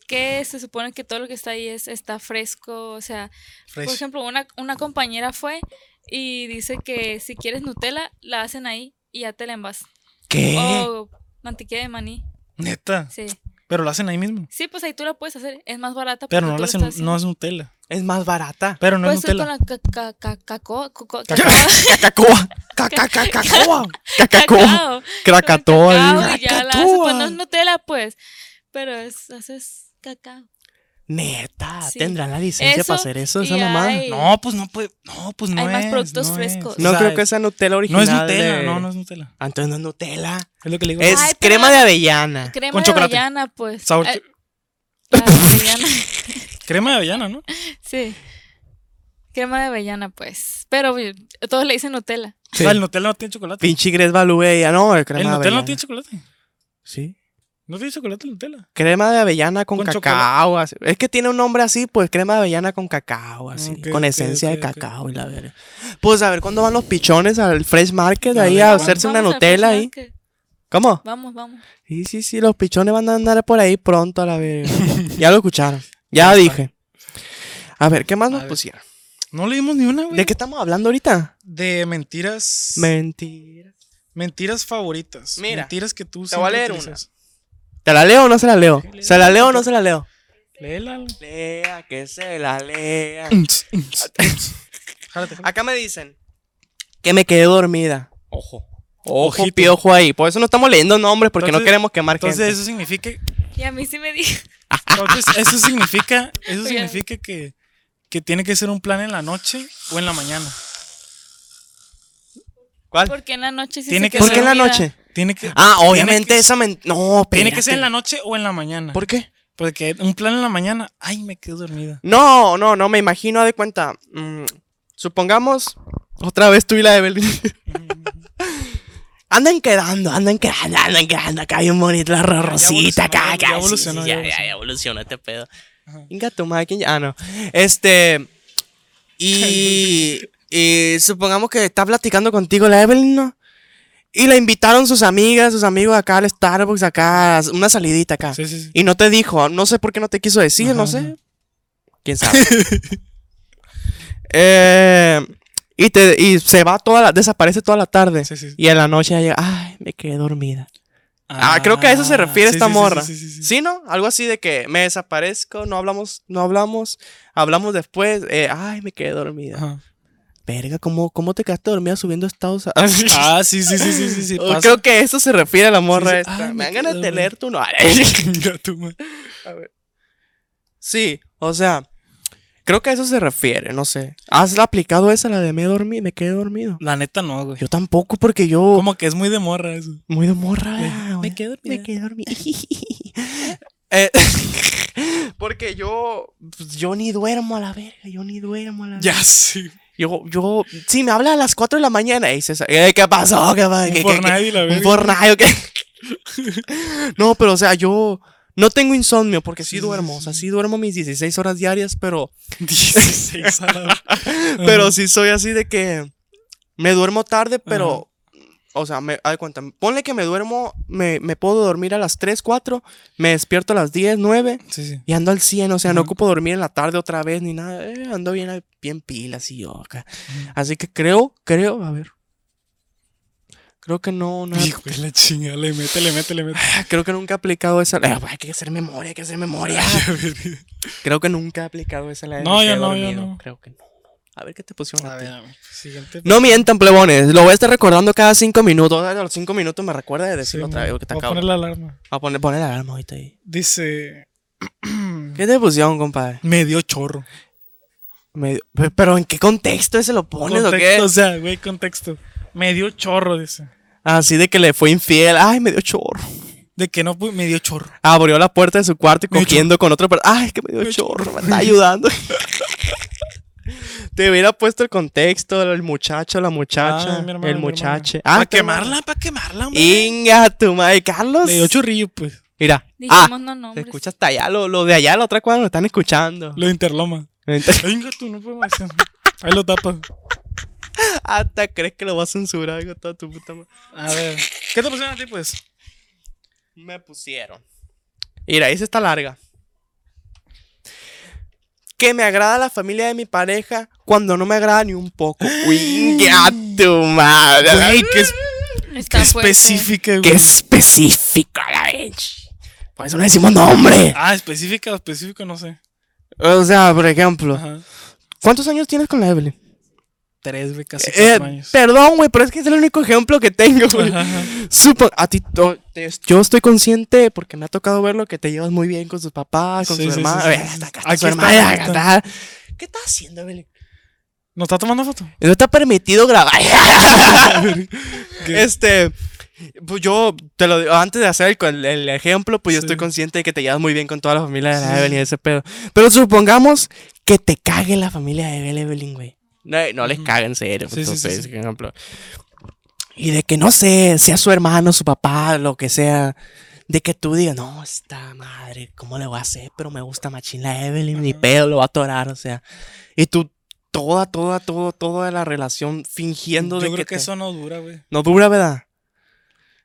D: Que se supone que todo lo que está ahí es, está fresco. O sea, por ejemplo, una, una compañera fue y dice que si quieres Nutella, la hacen ahí y ya te la envas.
B: ¿Qué?
D: O mantequilla de maní.
A: Neta.
D: Sí.
A: Pero lo hacen ahí mismo.
D: Sí, pues ahí tú la puedes hacer. Es más barata.
A: Pero
D: porque
A: no
D: tú
A: lo
D: la
A: hacen,
D: estás
A: no
D: haciendo.
A: es Nutella.
B: Es más barata.
A: Pero no
D: Puedes
A: es
D: hacer con
A: Nutella.
D: la ca- ca- ca- caco- coco-
A: Caca- *laughs*
D: cacao-
B: Cacacoa.
D: *laughs*
B: Cacacacacoa. Cacacoa.
D: cacao.
B: Krakatoa.
D: Cacao, y ya la haces.
B: Krakatoa.
D: Pues no es Nutella, pues. Pero es, haces cacao.
B: Neta,
D: Sí.
B: ¿tendrán la licencia
D: Eso
B: para hacer eso, esa
D: y
B: mamada?
D: hay-
A: No, pues no puede. No, pues no
D: Hay más
A: es,
D: productos
A: no
D: frescos.
A: es.
B: No
A: O sea,
B: creo que sea Nutella
A: No
B: original.
A: es Nutella,
B: de-
A: no, no es Nutella.
B: Ah, Entonces no es Nutella.
A: Es lo que le digo.
B: Es
D: Ay, pero-
B: crema de avellana.
D: Crema
A: Con
D: de
A: chocolate.
D: avellana, pues.
A: Sabor-
D: Ah, la
B: *laughs*
D: avellana.
A: crema de avellana, ¿no?
D: Sí. Crema de avellana, pues. Pero oye, todos le dicen Nutella.
A: O sea, Ah, el Nutella no tiene chocolate.
B: Pinche Gres Value, ella no, el crema
A: el
B: de
A: Nutella
B: avellana.
A: no tiene chocolate.
B: Sí.
A: No tiene chocolate el Nutella.
B: Crema de avellana con,
A: Con
B: cacao. así. Es que tiene un nombre así, pues crema de avellana con cacao, así.
A: Ok,
B: con
A: ok,
B: esencia
A: ok,
B: de
A: ok.
B: cacao y la verga. Pues a ver cuándo van los pichones al Fresh Market
A: A
B: ahí
A: ver,
B: a
A: vamos,
B: hacerse una
D: Vamos al
B: Nutella
D: Fresh
B: ahí.
D: Market.
B: ¿Cómo?
D: Vamos, vamos.
B: Sí, sí, sí, los pichones van a andar por
A: *laughs*
B: ahí pronto a la verga. ya lo escucharon. Ya
A: Ya está.
B: dije. A ver, ¿qué más
A: A
B: nos
A: ver.
B: pusieron?
A: No leímos ni una, güey.
B: ¿De qué estamos hablando ahorita?
A: De mentiras.
B: Mentira.
A: Mentiras favoritas.
B: Mira,
A: mentiras que tú
B: te voy a
A: siempre
B: leer
A: utilizas.
B: ¿Te la leo o no se la leo? ¿Se la leo o no se la leo?
A: Léela.
B: Lea, que se la lea. *laughs*
A: Jálate, jálate.
B: Acá me dicen que me quedé dormida.
A: Ojo.
B: Ojo,
A: Ojito.
B: piojo ahí. Por eso no estamos leyendo nombres, porque no
A: Entonces-
B: queremos quemar
A: Entonces
B: gente.
A: eso significa,
D: Y a mí sí
B: *laughs*
D: me dijo.
A: entonces, eso significa, eso
D: Oye.
A: significa que, que tiene que ser un plan en la noche o en la mañana.
B: ¿Cuál?
D: Porque en la noche sí
A: Tiene
D: se
A: que
D: quedó
B: ¿Por qué en la
D: dormida.
B: noche?
A: Tiene que
B: Ah,
A: tiene
B: obviamente
A: que-
B: esa men- No,
A: tiene que ser en
B: espérate.
A: la noche o en la mañana.
B: ¿Por qué?
A: Porque un plan en la mañana, ay, me quedo dormida.
B: No, no, no, me imagino haz de cuenta. mm, supongamos, otra vez tú y la Evelyn. *laughs* andan quedando, andan quedando, andan quedando. Acá hay un bonito, la
A: Ya
B: ro- rosita,
A: evolucionó,
B: acá,
A: ya-
B: acá.
A: ya
B: sí,
A: evolucionó,
B: sí,
A: ya
B: ya, ya,
A: evolucionó.
B: ya evolucionó este pedo.
A: Ajá.
B: Inga tu madre, ¿quién ya? Ah, no. Este.
A: *laughs*
B: Y. y supongamos que está platicando contigo la Evelyn, ¿no? Y la invitaron sus amigas, sus amigos acá al Starbucks, acá, una salidita acá.
A: Sí, sí, sí.
B: Y no te dijo, no sé por qué no te quiso decir,
A: Ajá,
B: no
A: ajá.
B: sé. ¿Quién sabe? Eh, y, te, y se va toda la, desaparece toda la tarde.
A: Sí, sí, sí.
B: Y en la noche ya llega, ay, me quedé dormida. Ah, creo que a eso se refiere esta morra.
A: Sí, sí, sí,
B: Sí.
A: sí.
B: no? Algo así de que me desaparezco, no hablamos, no hablamos, hablamos después, eh, ay, me quedé dormida.
A: Ajá.
B: Verga, ¿cómo, ¿cómo te quedaste dormida subiendo estados? a- *laughs*
A: Ah, sí, sí, sí, sí, sí, sí.
B: Oh,
A: pasa. *laughs*
B: Creo que eso se refiere a la morra
A: sí.
B: esta.
A: Ay,
B: me
A: me
B: dan
A: quedé
B: ganas de
A: dormida.
B: leer tu no.
A: Chinga tu madre.
B: Sí, o sea, creo que a eso se refiere, no sé. ¿Has aplicado esa, la de me dormí, me quedé dormido?
A: La neta no, güey.
B: Yo tampoco, porque yo.
A: Como que es muy de morra eso.
B: Muy de morra, ¿verdad, güey?
A: quedo
B: Me quedé dormido. Eh, *laughs* porque yo. pues, Yo ni duermo a la verga, yo ni duermo a la verga.
A: Ya sí.
B: Yo, yo. Sí, me habla a las 4 de la mañana y dices, "Eh, ¿qué pasó? ¿Qué pasó?
A: Un
B: ¿Qué- qué- qué-
A: Fortnite y la *laughs*
B: Un
A: verga.
B: Fortnite, ¿ok? no, pero o sea, yo no tengo insomnio porque sí
A: Sí, sí,
B: duermo.
A: sí,
B: O sea,
A: sí.
B: sí duermo mis 16 horas diarias, pero,
A: 16 a la
B: *laughs*
A: verga.
B: pero sí soy así de que me duermo tarde, pero. O sea, me, haz de cuenta, ponle que me duermo, me, me puedo dormir a las 3, 4, me despierto a las 10, 9
A: Sí, sí.
B: y ando al 100, o sea, no
A: Ajá.
B: ocupo dormir en la tarde otra vez ni nada, eh, ando bien, al- bien pila, así yo acá. Así que creo, creo, a ver, creo que no, no he
A: Hijo de la chingada, le mete, le mete, le mete.
B: Creo que nunca he aplicado esa. Ah, pues, hay que hacer memoria, hay que
A: *laughs*
B: hacer memoria. Creo que nunca he aplicado esa la de
A: No,
B: me
A: yo
B: quedé
A: no, yo
B: dormido.
A: no.
B: Creo que no. A ver qué te pusieron.
A: A
B: a ti?
A: ver, a ver. Siguiente.
B: No mientan, plebones. Lo voy a estar recordando cada cinco minutos. A los cinco minutos me recuerda de
A: Sí,
B: decirlo otra
A: mo-
B: vez. porque te
A: voy a
B: acabo.
A: poner la alarma.
B: Voy a poner, poner la alarma ahorita ahí.
A: Dice. *clears throat*
B: ¿Qué te pusieron, compadre?
A: Me dio chorro.
B: Me- pe- ¿Pero en qué contexto ese lo pones o
A: Contexto,
B: qué?
A: O sea, güey, contexto. Me dio chorro, dice.
B: Así de que le fue infiel. Ay, me dio chorro.
A: De que no, pu- me dio chorro.
B: Abrió la puerta de su cuarto y
A: Me dio
B: cogiendo con otra persona. Ay, es que me dio
A: Me dio
B: chorro, me está ayudando. Te hubiera puesto el contexto, el muchacho, la muchacha,
A: Ah, mi hermano,
B: el
A: mi
B: muchacho.
A: hermano.
B: Ah,
A: ¿Para
B: tu
A: quemarla?
B: hermano.
A: ¿Para quemarla, hombre?
B: Inga, tu madre, Carlos.
A: Me dio chorrillo, pues.
B: Mira, ah,
D: Dijimos no
B: se
D: nombres.
B: escucha hasta allá, lo, lo de allá, la otra cuadra lo están escuchando.
A: Lo interloma.
B: *laughs* Entonces,
A: Venga, tú no puedes hacer. Ahí lo tapas.
B: hasta crees que lo va a censurar algo toda tu puta madre.
A: A ver. ¿Qué te pusieron a ti, pues?
B: Me pusieron. Mira, esa está larga. Que me agrada la familia de mi pareja cuando no me agrada ni un poco. *gasps* Uy, ya tu madre.
A: Güey, qué, es-
D: Está
A: qué
D: fuerte.
A: específica,
B: Qué
A: güey.
B: específica la bitch. Por eso no decimos nombre.
A: Ah, específica o específico, no sé.
B: O sea, por ejemplo,
A: Ajá.
B: ¿cuántos años tienes con la Evelyn?
A: Tres, güey, casi
B: Eh,
A: cuatro años.
B: perdón, güey, pero es que es el único ejemplo que tengo, güey.
A: Ajá, ajá.
B: Supo- a ti, to- te- yo estoy consciente porque me ha tocado verlo que te llevas muy bien con sus papás, con
A: Sí,
B: su
A: sí, sí,
B: hermana.
A: sí,
B: Eh,
A: sí.
B: hasta acá
A: Aquí
B: está su
A: está,
B: hermana, *laughs*
A: aquí
B: acá está. ¿Qué está haciendo, Evelyn?
A: ¿No está tomando foto?
B: No está
A: *laughs*
B: permitido grabar. *laughs*
A: ¿Qué?
B: este, pues yo te lo digo, antes de hacer el, el ejemplo, pues yo
A: Sí.
B: estoy consciente de que te llevas muy bien con toda la familia de
A: Sí,
B: la
A: sí,
B: Evelyn y ese pedo. Pero supongamos que te cague la familia de Evelyn, güey. No, no les
A: Ujú.
B: caga en serio. pues,
A: Sí, sí, sí,
B: entonces,
A: sí.
B: por ejemplo. Y de que no sé, sea su hermano, su papá, lo que sea. De que tú digas, no, esta madre, ¿cómo le voy a hacer? Pero me gusta machín la Evelyn, ni
A: Ajá.
B: pedo, lo va a atorar, o sea. Y tú, toda, toda, todo, toda la relación fingiendo
A: Yo
B: de
A: creo que,
B: te-
A: eso no dura, güey.
B: No dura, ¿verdad?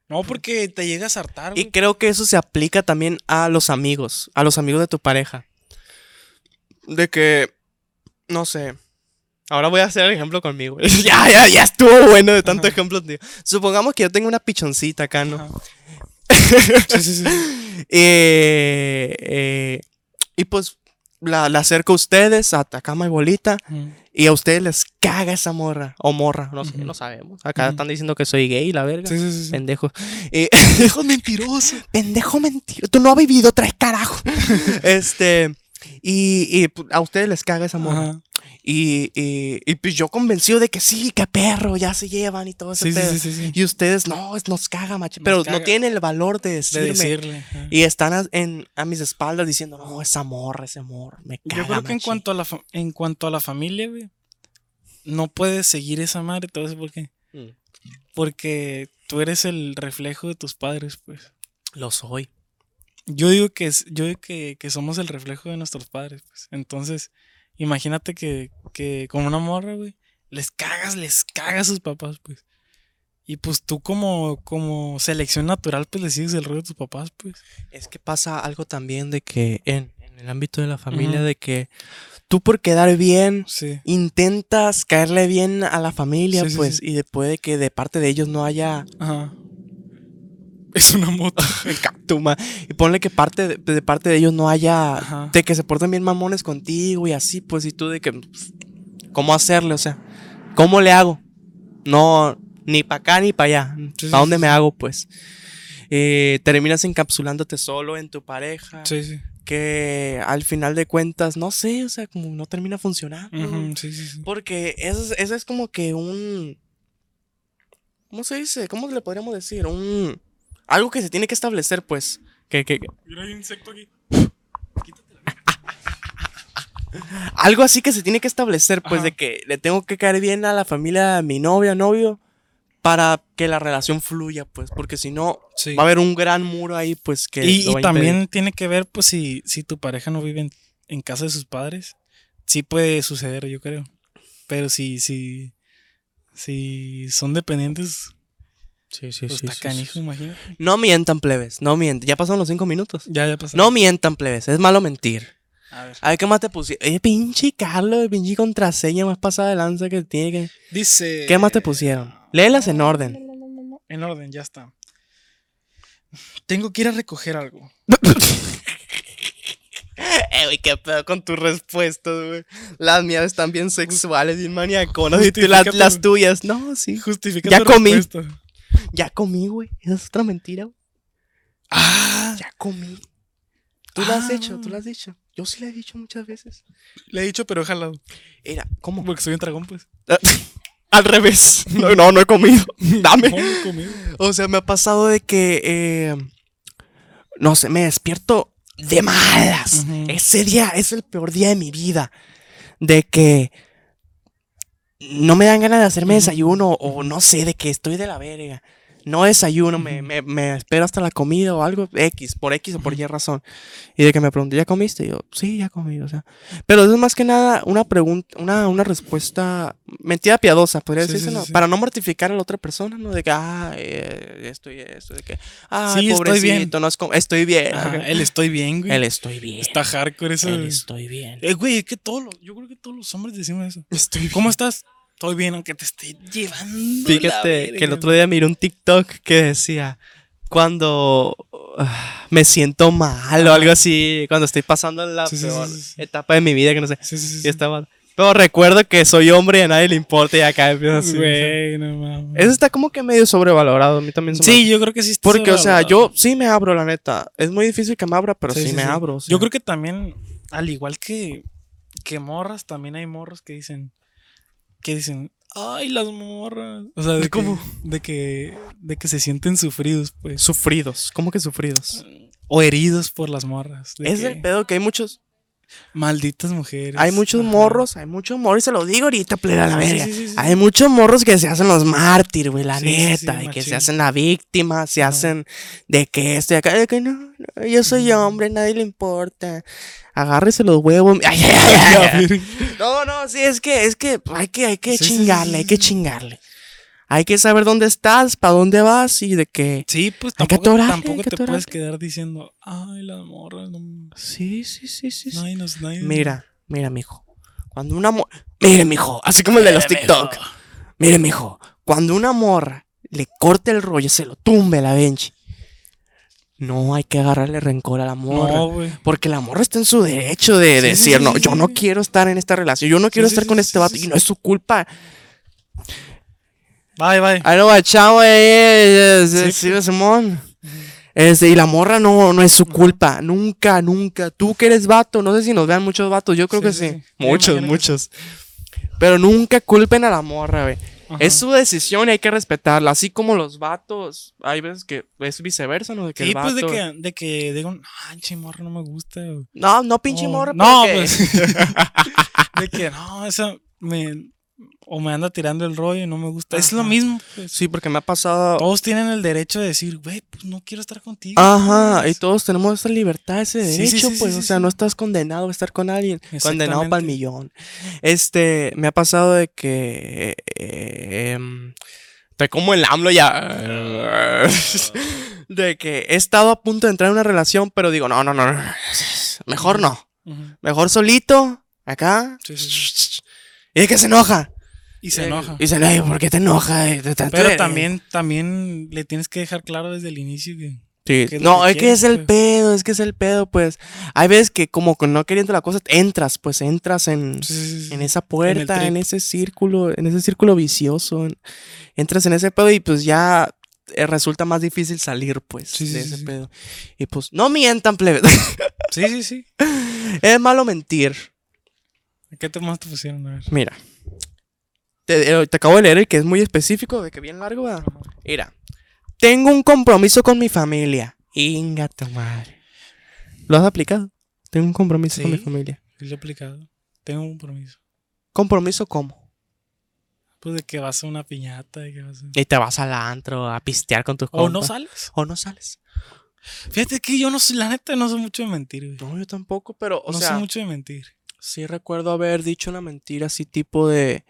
A: No, porque te llegas a hartar,
B: Y
A: güey.
B: creo que eso se aplica también a los amigos, a los amigos de tu pareja. De que, no sé, Ahora voy a hacer el ejemplo conmigo. *laughs* ya, ya, ya estuvo bueno de tantos ejemplos, tío. Supongamos que yo tengo una pichoncita acá, ¿no? *laughs*
A: Ajá. Sí, sí, sí.
B: Eh, eh, y pues la, la acerco a ustedes, a Atacama y Bolita,
A: Mm.
B: y a ustedes les caga esa morra, o morra, no sé,
A: Ujú.
B: no sabemos. Acá
A: Ujú.
B: están diciendo que soy gay, la verga.
A: Sí, sí, sí, Eh, sí.
B: Pendejo. *laughs* Pendejo mentiroso. Pendejo mentiroso. Tú no has vivido tres
A: *laughs*
B: carajos. este. Y, y, pues, a ustedes les caga esa morra.
A: Ajá.
B: Y, y, y, pues yo convencido de que sí, que perro, ya se llevan y todo ese
A: Sí, sí,
B: pedo.
A: sí, sí, sí.
B: Y ustedes, no, es- nos caga, macho.
A: Nos
B: Pero no
A: caga.
B: tienen el valor de
A: De
B: decirme.
A: decirle. ajá.
B: Y están a, en, a mis espaldas diciendo, no, esa morra, ese amor, me caga,
A: Yo creo que en
B: machín".
A: cuanto a la, fa- en cuanto a la familia, güey, no puedes seguir esa madre, todo eso, ¿por qué?
B: Mm.
A: Porque tú eres el reflejo de tus padres, pues.
B: Lo soy.
A: Yo digo que es- yo digo que, que somos el reflejo de nuestros padres, pues. Entonces, imagínate que, que como una morra, güey, les cagas, les cagas a sus papás, pues. Y pues tú como, como selección natural, pues le sigues el rollo de tus papás, pues.
B: Es que pasa algo también de que en, en el ámbito de la familia,
A: Ujú.
B: de que tú por quedar bien,
A: Sí.
B: intentas caerle bien a la familia,
A: Sí, sí,
B: pues,
A: sí.
B: y después de que de parte de ellos no haya
A: Ajá. Es una moto.
B: tuma, y ponle que parte de, de parte de ellos no haya
A: Ajá.
B: de que se porten bien mamones contigo y así, pues, y tú de que pues, cómo hacerle, o sea, cómo le hago, no ni para acá ni para allá,
A: *laughs* Sí, sí,
B: ¿para dónde
A: sí,
B: me hago, pues? Eh, terminas encapsulándote solo en tu pareja,
A: Sí, sí.
B: que al final de cuentas, no sé, o sea, como no termina funcionando.
A: Ujú, sí, sí, sí.
B: Porque eso es, eso es como que un. ¿Cómo se dice? ¿Cómo le podríamos decir? Un. Algo que se tiene que establecer, pues. Que, que- que-
A: Mira, hay un insecto aquí.
B: Algo así que se tiene que establecer, pues,
A: Ajá.
B: de que le tengo que caer bien a la familia, a mi novia, novio, para que la relación fluya, pues. Porque si no,
A: Sí.
B: va a haber un gran muro ahí, pues, que.
A: Y,
B: lo
A: y
B: va a impedir.
A: también tiene que ver, pues, si, si tu pareja no vive en, en casa de sus padres, sí puede suceder, yo creo. Pero si, si, si son dependientes,
B: Sí, sí,
A: pues
B: sí,
A: está
B: sí,
A: canijo,
B: sí.
A: imagínate.
B: No mientan, plebes. No mientan. Ya pasaron los cinco minutos.
A: Ya, ya pasó.
B: No mientan, plebes. Es malo mentir.
A: A ver.
B: A ver, ¿qué más te pusieron? Eh, pinche Carlos, pinche contraseña más pasada de lanza que tiene que...
A: Dice.
B: ¿Qué más te pusieron? Léelas en orden.
A: En orden, ya está. Tengo que ir a recoger algo.
B: *laughs* Eh, güey, qué pedo con tus respuestas, güey. Las mías están bien sexuales, bien maniaconas. Y tú- las,
A: Justifícate,
B: las
A: güey.
B: tuyas. No, sí.
A: Justifica
B: Ya
A: tu
B: comí.
A: respuesta.
B: Ya comí, güey. Esa es otra mentira, güey.
A: Ah,
B: Ya comí. Tú lo has
A: Ah.
B: hecho, tú lo has dicho. Yo sí la he dicho muchas veces.
A: le he dicho, pero ojalá.
B: Era, ¿cómo?
A: Porque soy un dragón, pues.
B: Al revés. *laughs* No, no, no he comido. Dame.
A: No, no he
B: *laughs*
A: comido.
B: O sea, me ha pasado de que. eh, no sé, me despierto de malas.
A: Ujú.
B: Ese día es el peor día de mi vida. De que. No me dan ganas de hacerme
A: Ujú.
B: desayuno o no sé, de que estoy de la verga. No desayuno, me,
A: Ujú.
B: me, me espero hasta la comida o algo, X, por X o por Y razón. Y de que me pregunté, ¿ya comiste? Y yo, sí, ya comí, o sea. Pero eso es más que nada una pregunta, una, una respuesta, mentira piadosa, podría
A: Sí, sí,
B: decirse, ¿no?
A: sí, sí.
B: Para no mortificar a la otra persona, ¿no? De que, ah, eh, esto y esto, de que, ah,
A: Sí, estoy
B: pobrecito,
A: bien.
B: no es como- estoy bien.
A: Ajá,
B: ajá.
A: el Ah, estoy bien, güey.
B: El estoy bien.
A: Está hardcore eso.
B: el
A: de-
B: estoy bien.
A: Eh, güey, es que todos los, yo creo que todos los hombres decimos eso.
B: Estoy bien.
A: ¿Cómo estás? Estoy bien, aunque te esté llevando.
B: Fíjate que el otro día miré un TikTok que decía, cuando ah, me siento mal o algo así, cuando estoy pasando la
A: Sí, sí, sí,
B: peor
A: sí, sí.
B: etapa de mi vida, que no sé,
A: Sí, sí, sí.
B: y estaba... Pero recuerdo que soy hombre y a nadie le importa y acá empiezo así. o sea.
A: Güey, no mames.
B: Eso está como que medio sobrevalorado. A mí también se me
A: Sí, yo creo que sí. está
B: Porque, o sea,
A: sobrevalorado.
B: yo sí me abro, la neta. Es muy difícil que me abra, pero sí,
A: Sí, sí,
B: me
A: sí.
B: abro. o sea.
A: Yo creo que también, al igual que, que morras, también hay morros que dicen. Que dicen. Ay, las morras. O sea, de
B: ¿Cómo?
A: cómo. de, que, de que se sienten sufridos, pues.
B: Sufridos. ¿Cómo que sufridos?
A: O heridos por las morras. de
B: Es
A: que,
B: el pedo que hay muchos.
A: Malditas mujeres.
B: Hay muchos
A: Ajá.
B: morros, hay muchos morros, y se lo digo ahorita, plena la
A: Sí, sí,
B: verga.
A: sí, sí, sí.
B: Hay muchos morros que se hacen los mártires, güey, la
A: Sí, sí, sí,
B: neta. y que
A: machín.
B: se hacen la víctima, se
A: Ajá.
B: hacen de que esto y acá. De que no, no, yo soy
A: Ujú.
B: hombre, nadie le importa. Agárrese los huevos. *laughs* Ay, ay, ay, ay, ay. No, no, sí, es que, es que hay que, hay que
A: Sí, sí, sí,
B: chingarle,
A: sí,
B: hay que
A: sí.
B: chingarle. Hay que saber dónde estás, para dónde vas y de qué.
A: Sí, pues
B: Hay que
A: tampoco,
B: atorarle, hay
A: tampoco
B: que
A: te puedes
B: atorarle.
A: quedar diciendo, ay, las morras, no,
B: Sí, sí, sí, sí. sí.
A: nadie nos, nadie nos-".
B: Mira, mira, mijo. Cuando una morra. Mire, mijo. Así como el de los TikTok. Mire, mijo. Cuando una morra le corte el rollo, se lo tumbe a la bench. No hay que agarrarle rencor a la morra.
A: No, güey.
B: Porque la morra está en su derecho de
A: Sí,
B: decir,
A: sí,
B: no,
A: sí,
B: yo
A: sí,
B: no
A: sí.
B: quiero estar en esta relación, yo no quiero
A: sí,
B: estar
A: sí,
B: con
A: sí,
B: este
A: sí,
B: vato
A: sí.
B: y no es su culpa.
A: Bye, bye.
B: Ahí lo bachao, eh, eh, eh,
A: Sí,
B: sí, Simón. Este, y la morra no, no es su culpa, nunca, nunca. Tú que eres vato, no sé si nos vean muchos vatos, yo creo
A: Sí,
B: que
A: sí,
B: sí.
A: sí. Me
B: Muchos,
A: imagino que sí.
B: muchos. Pero nunca culpen a la morra, güey.
A: Ajá.
B: Es su decisión y hay que respetarla. Así como los vatos, hay veces que es viceversa, ¿no? De que el
A: Sí, pues de
B: vato-
A: que, de que digan, ah, che, morra, no me gusta. güey".
B: No, no pinche
A: O,
B: morra.
A: No,
B: pero que-
A: pues.
B: *laughs*
A: de que no, esa me. O me anda tirando el rollo y no me gusta. Es lo
B: Ajá.
A: mismo. pues.
B: Sí, porque me ha pasado.
A: Todos tienen el derecho de decir, güey, pues no quiero estar contigo.
B: Ajá, y
A: pues".
B: todos tenemos esa libertad, ese
A: Sí, sí,
B: derecho,
A: sí,
B: pues,
A: sí,
B: o
A: sí,
B: sea,
A: sí.
B: no estás condenado a estar con alguien, condenado para el
A: Exactamente.
B: millón. Este, me ha pasado de que... eh, em, estoy como el AMLO ya... *laughs* de que he estado a punto de entrar en una relación, pero digo, no, no, no, no, mejor no,
A: Ujú.
B: mejor solito, acá.
A: Sí, sí, sí.
B: Y es que se enoja.
A: Y se
B: Eh,
A: enoja.
B: Y se enoja, "Ay, ¿por qué te enoja? Eh, te- te-
A: Pero
B: te-
A: también, también le tienes que dejar claro desde el inicio que.
B: Sí.
A: que es lo
B: No,
A: que
B: es que es el
A: quieres, pues?
B: pedo, es que es el pedo, pues. Hay veces que como con no queriendo la cosa, entras, pues entras en,
A: Sí, sí, sí, sí.
B: en esa puerta, en,
A: trip.
B: ese círculo, en ese círculo vicioso. en- entras en ese pedo y pues ya eh, resulta más difícil salir, pues,
A: Sí, sí,
B: de
A: sí,
B: ese
A: sí.
B: pedo. Y pues, no mientan, plebes.
A: Sí, sí, sí.
B: *laughs* es malo mentir.
A: ¿A ¿Qué temas te pusieron? A ver.
B: Mira. Te, eh, te acabo de leer el que es muy específico, de que bien largo, ¿verdad? Mira, tengo un compromiso con mi familia. Inga tu madre. ¿Lo has aplicado? Tengo un compromiso con mi
A: Sí.
B: familia.
A: Yo lo he aplicado. Tengo un compromiso.
B: ¿Compromiso cómo?
A: Pues de que vas a una piñata, de que vas a.
B: Y te vas al antro a pistear con tus
A: O no
B: compas.
A: sales.
B: O no sales.
A: Fíjate que yo no soy, la neta, no soy mucho de mentir, güey.
B: No, yo tampoco, pero, o
A: no
B: sea,
A: soy mucho de mentir.
B: sí recuerdo haber dicho una mentira así tipo de,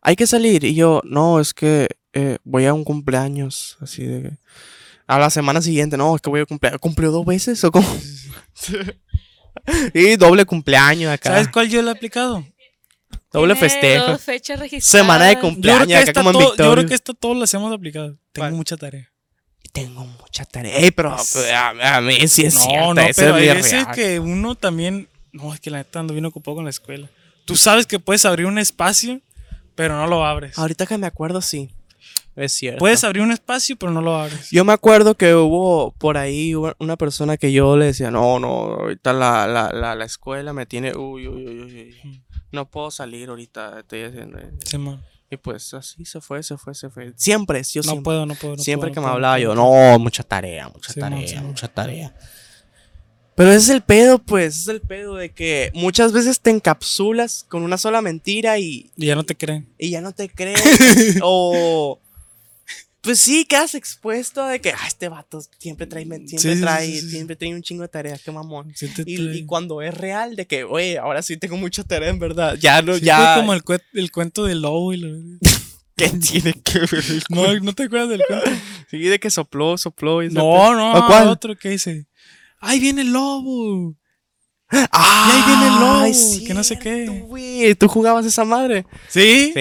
B: hay que salir. Y yo, no, es que eh, voy a un cumpleaños, así de... que- A la semana siguiente, no, es que voy a cumpleaños. ¿Cumplió dos veces o *laughs* cómo? y doble cumpleaños acá.
A: ¿Sabes cuál yo le he aplicado?
B: Doble
D: Tiene
B: festejo.
D: Dos fechas registradas.
B: Semana de
A: Yo creo,
B: cumpleaños
A: que
B: acá
A: esta
B: como en
A: todo- yo
B: Victoria.
A: creo que esta todos las hemos aplicado. Tengo
B: ¿Cuál?
A: mucha tarea.
B: Tengo mucha tarea. Ey, pero a, a mí sí es
A: no,
B: cierta.
A: no,
B: esa
A: pero
B: es
A: hay
B: mi
A: veces
B: real.
A: que uno también. No, es que la neta ando bien ocupado con la escuela. Tú sabes que puedes abrir un espacio, pero no lo abres.
B: Ahorita que me acuerdo, sí. Es cierto.
A: Puedes abrir un espacio, pero no lo abres.
B: Yo me acuerdo que hubo por ahí u- una persona que yo le decía, no, no, ahorita la, la, la, la escuela me tiene, uy, uy, uy, uy, uy, no puedo salir ahorita, estoy haciendo...
A: Simón,
B: Y pues así se fue, se fue, se fue. Siempre, yo
A: no
B: siempre,
A: puedo, no puedo. no
B: siempre
A: puedo,
B: que
A: no
B: me
A: puedo,
B: hablaba
A: puedo.
B: yo, no, mucha tarea, mucha
A: Sí, mon,
B: tarea,
A: sí, mon.
B: mucha tarea. Pero ese es el pedo, pues, es el pedo de que muchas veces te encapsulas con una sola mentira y,
A: Y ya no te creen.
B: y ya no te crees.
A: *laughs*
B: o. Pues sí, quedas expuesto de que, ah, este vato siempre trae, men- siempre
A: Sí, sí,
B: trae,
A: sí, sí, sí.
B: siempre trae un chingo de tareas, qué mamón.
A: Sí te-
B: Y,
A: te-
B: y cuando es real, de que, oye, ahora sí tengo mucha tarea, en verdad. Ya no,
A: sí,
B: ya.
A: fue como el, cue- el cuento del lobo. y
B: *laughs*
A: la-
B: ¿Qué tiene que ver? el
A: No, ¿no te acuerdas del
B: *laughs*
A: cuento?
B: Sí, de que sopló, sopló. Y
A: No, no,
B: ¿O cuál?
A: otro que dice. Ahí viene el lobo.
B: ¡Ah!
A: Y ahí viene el lobo,
B: es
A: que no sé qué.
B: cierto, güey. ¿Tú jugabas esa madre?
A: ¿Sí?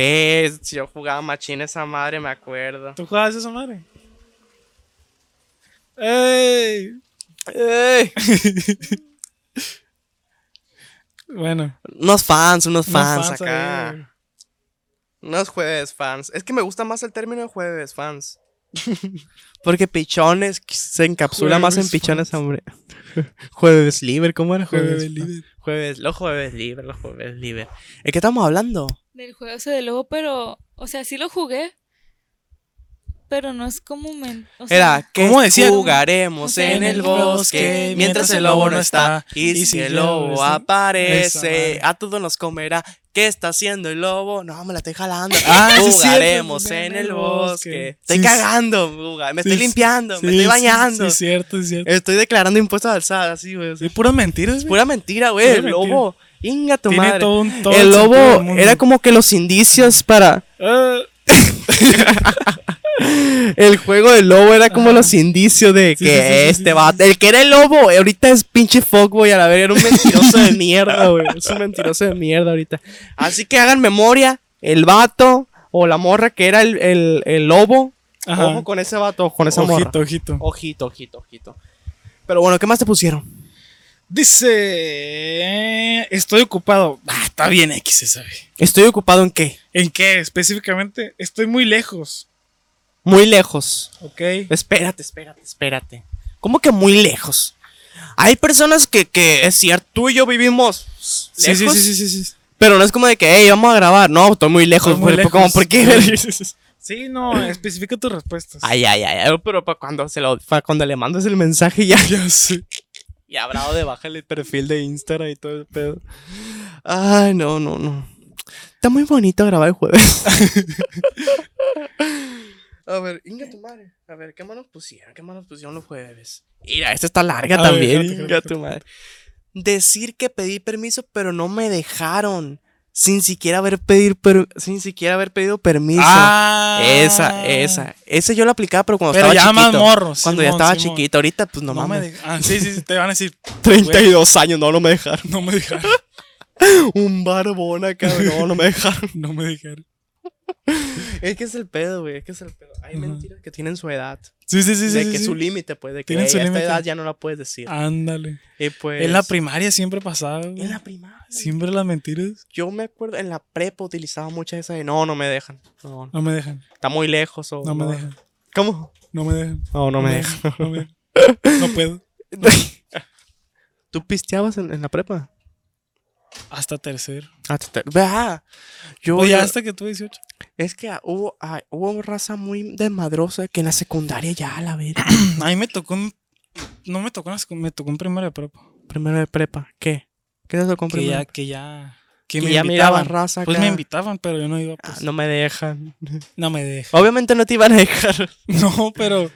B: Sí, yo jugaba machín esa madre, me acuerdo.
A: ¿Tú jugabas esa madre? ¡Ey!
B: ¡Ey!
A: Bueno,
B: Unos fans, unos
A: Unos
B: fans,
A: fans eh,
B: acá.
A: ahí.
B: Unos jueves fans. Es que me gusta más el término de jueves fans. *laughs* Porque pichones se encapsula más en
A: Jueves
B: pichones, hombre. *laughs* jueves libre, ¿cómo era?
A: jueves
B: Jueves,
A: libre.
B: jueves, los jueves libre, los jueves libre. ¿De qué estamos hablando?
D: Del juego ese de lobo, pero. O sea, sí lo jugué. Pero no es como. men- o sea,
B: Era que
A: ¿Cómo decía?
B: jugaremos en
D: En
B: el
D: el
B: bosque mientras el lobo no está. Y si el lobo
A: está,
B: aparece,
A: esa madre.
B: a todos nos comerá. ¿Qué está haciendo el lobo? No, me la estoy jalando.
A: Ah, sí es cierto,
B: Jugaremos en el bosque. Estoy
A: Sí, sí.
B: cagando, juga- me estoy
A: Sí, sí,
B: limpiando,
A: Sí,
B: me estoy
A: sí,
B: bañando.
A: Sí, es cierto, es cierto.
B: Estoy declarando impuestos alzadas, así, güey. o sea,
A: Sí, puras mentiras, güey.
B: Pura mentira, güey.
A: Pura
B: El
A: mentira.
B: lobo. Inga tu
A: Tiene
B: madre.
A: todo un todo
B: El
A: sentido del Eh,
B: lobo
A: mundo.
B: era como que los indicios para.
A: Ah,
B: El juego del lobo era como los indicios de
A: Sí,
B: que
A: sí, sí, sí,
B: este
A: sí,
B: vato. El que era el lobo, eh, ahorita es pinche fuckboy. A la ver, era un mentiroso de mierda, güey. Es un mentiroso de mierda ahorita. Así que hagan memoria. El vato o la morra que era el, el- el lobo.
A: Ajá.
B: Ojo con ese vato, ojo con esa morra.
A: Ojito, ojito.
B: Ojito, ojito, ojito. Pero bueno, ¿qué más te pusieron?
A: Dice, estoy ocupado. Ah, está bien X se sabe.
B: Estoy ocupado en qué?
A: ¿En qué específicamente? Estoy muy lejos,
B: Muy lejos.
A: ¿ok?
B: Espérate, espérate, espérate. ¿Cómo que muy lejos? Hay personas que, que es cierto, tú y yo vivimos
A: Sí, sí,
B: lejos,
A: sí, sí, sí, sí.
B: pero no es como de que, hey, vamos a grabar. No, estoy muy lejos.
A: Estoy muy
B: pero como,
A: lejos.
B: ¿por qué?
A: *laughs* Sí, no,
B: *clears throat*
A: especifica tus respuestas.
B: ay, ay, ay, ay, pero para cuando, se lo, pa' cuando le mandas el mensaje ya, *laughs* ya sé. Y habrá de bajarle el perfil de Instagram y todo el pedo. Ay, no, no, no. Está muy bonito grabar el jueves. *laughs* a ver, inga tu madre. A ver, ¿qué manos pusieron? ¿Qué manos pusieron los jueves? Mira, esta está larga
A: A ver,
B: también.
A: déjate,
B: inga
A: déjate,
B: tu madre. Decir que pedí permiso, pero no me dejaron. Sin siquiera haber, pedir per- sin siquiera haber pedido permiso.
A: Ah,
B: Esa, esa. Esa yo la aplicaba, pero cuando
A: Pero ya
B: estaba
A: más
B: chiquito.
A: morro.
B: cuando ya
A: Simón,
B: estaba
A: Simón.
B: chiquito. Ahorita, pues no,
A: No, me
B: mames.
A: de- ah, sí, sí, sí, te van a decir, *laughs*
B: 32 años, no, no me dejaron.
A: no me dejaron,
B: *laughs*
A: *laughs*
B: Un barbón acá, no, no me dejaron.
A: no me dejaron.
B: *laughs* es que es el pedo, güey. Es que es el pedo. Hay
A: Ajá.
B: mentiras que tienen su edad.
A: Sí, sí, sí, sí.
B: de
A: sí,
B: que
A: sí.
B: su límite, pues. De que
A: Tienen
B: "Ey,
A: su
B: a esta
A: límite.
B: edad ya no la puedes decir.
A: Ándale.
B: Y pues.
A: Ah, En la primaria siempre pasaba. güey.
B: en la primaria.
A: Siempre las mentiras
B: Yo me acuerdo, en la prepa utilizaba muchas esas de no, no me dejan. No, no,
A: no me dejan,
B: está muy lejos. O,
A: no me dejan,
B: ¿Cómo?
A: no me dejan.
B: No, no me dejan.
A: No, me dejan. No puedo.
B: *laughs* ¿Tú pisteabas en, en la prepa?
A: Hasta tercero.
B: Ah, te- te- vea, Yo,
A: Oye,
B: yo-
A: hasta que tuve 18.
B: Es que ah, hubo, ah, hubo raza muy desmadrosa que en la secundaria ya, a la verga.
A: A mí me tocó. en- No me tocó en la secu- me tocó en primera de prepa.
B: Primero de prepa. ¿Qué? ¿Qué te tocó en
A: Que
B: primero?
A: ya, que ya. Que,
B: Que
A: me
B: ya miraba
A: invitaban.
B: raza
A: Pues
B: acá.
A: me invitaban, pero yo no iba.
B: Ah,
A: Pues, no.
B: no me dejan.
A: me dejan.
B: Obviamente no te iban a dejar.
A: *laughs* No, pero.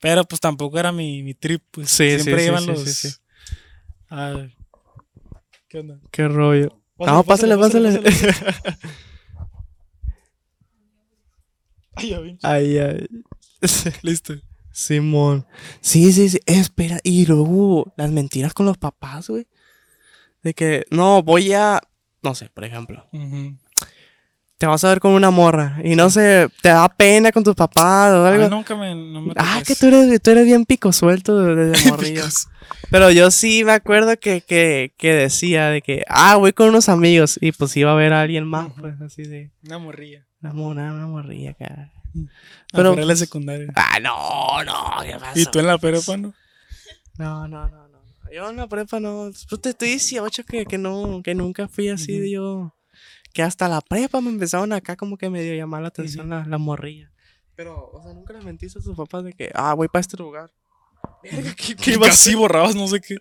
A: Pero pues tampoco era mi, mi trip. Pues
B: Sí, sí,
A: siempre
B: sí,
A: iban
B: sí,
A: los.
B: sí, sí.
A: Ah, ¿Qué onda?
B: *laughs* Qué rollo.
A: Pásale,
B: no, pásale, pásale. *laughs*
A: Ay, ya vi.
B: ay, *laughs* ay.
A: Listo.
B: Simón. Sí, sí, sí. Espera. Y luego las mentiras con los papás, güey. De que, no, voy a... No sé, por ejemplo.
A: Ujú.
B: Te vas a ver con una morra. Y no sé, te da pena con tus papás o
A: Ay,
B: algo.
A: nunca me. No me
B: Ah,
A: tocó
B: que
A: eso.
B: tú eres, tú eres bien pico suelto desde
A: *laughs*
B: de morrillo.
A: Picos.
B: Pero yo sí me acuerdo que, que, que decía de que, ah, voy con unos amigos. Y pues iba a ver a alguien más,
A: Ujú.
B: pues así de,
A: Una morrilla.
B: una mora, una morrilla, cara. Pero-
A: Mm. Ah, Pero, en la secundaria.
B: Ah, no, no, ¿qué pasa?
A: ¿Y tú en la prepa, no?
B: No, no, no, no. Yo en la prepa no. Pues te estoy 18 que, que no, que nunca fui así
A: Ujú.
B: de yo. Que hasta la prepa me empezaron acá como que medio llamar la atención la, la morrilla. Pero, o sea, nunca le mentiste a tus papás de que, ah, voy para este lugar. *laughs* Verga, ¿qué- qué
A: Y
B: *laughs* iba a
A: casi borrabas, no sé qué.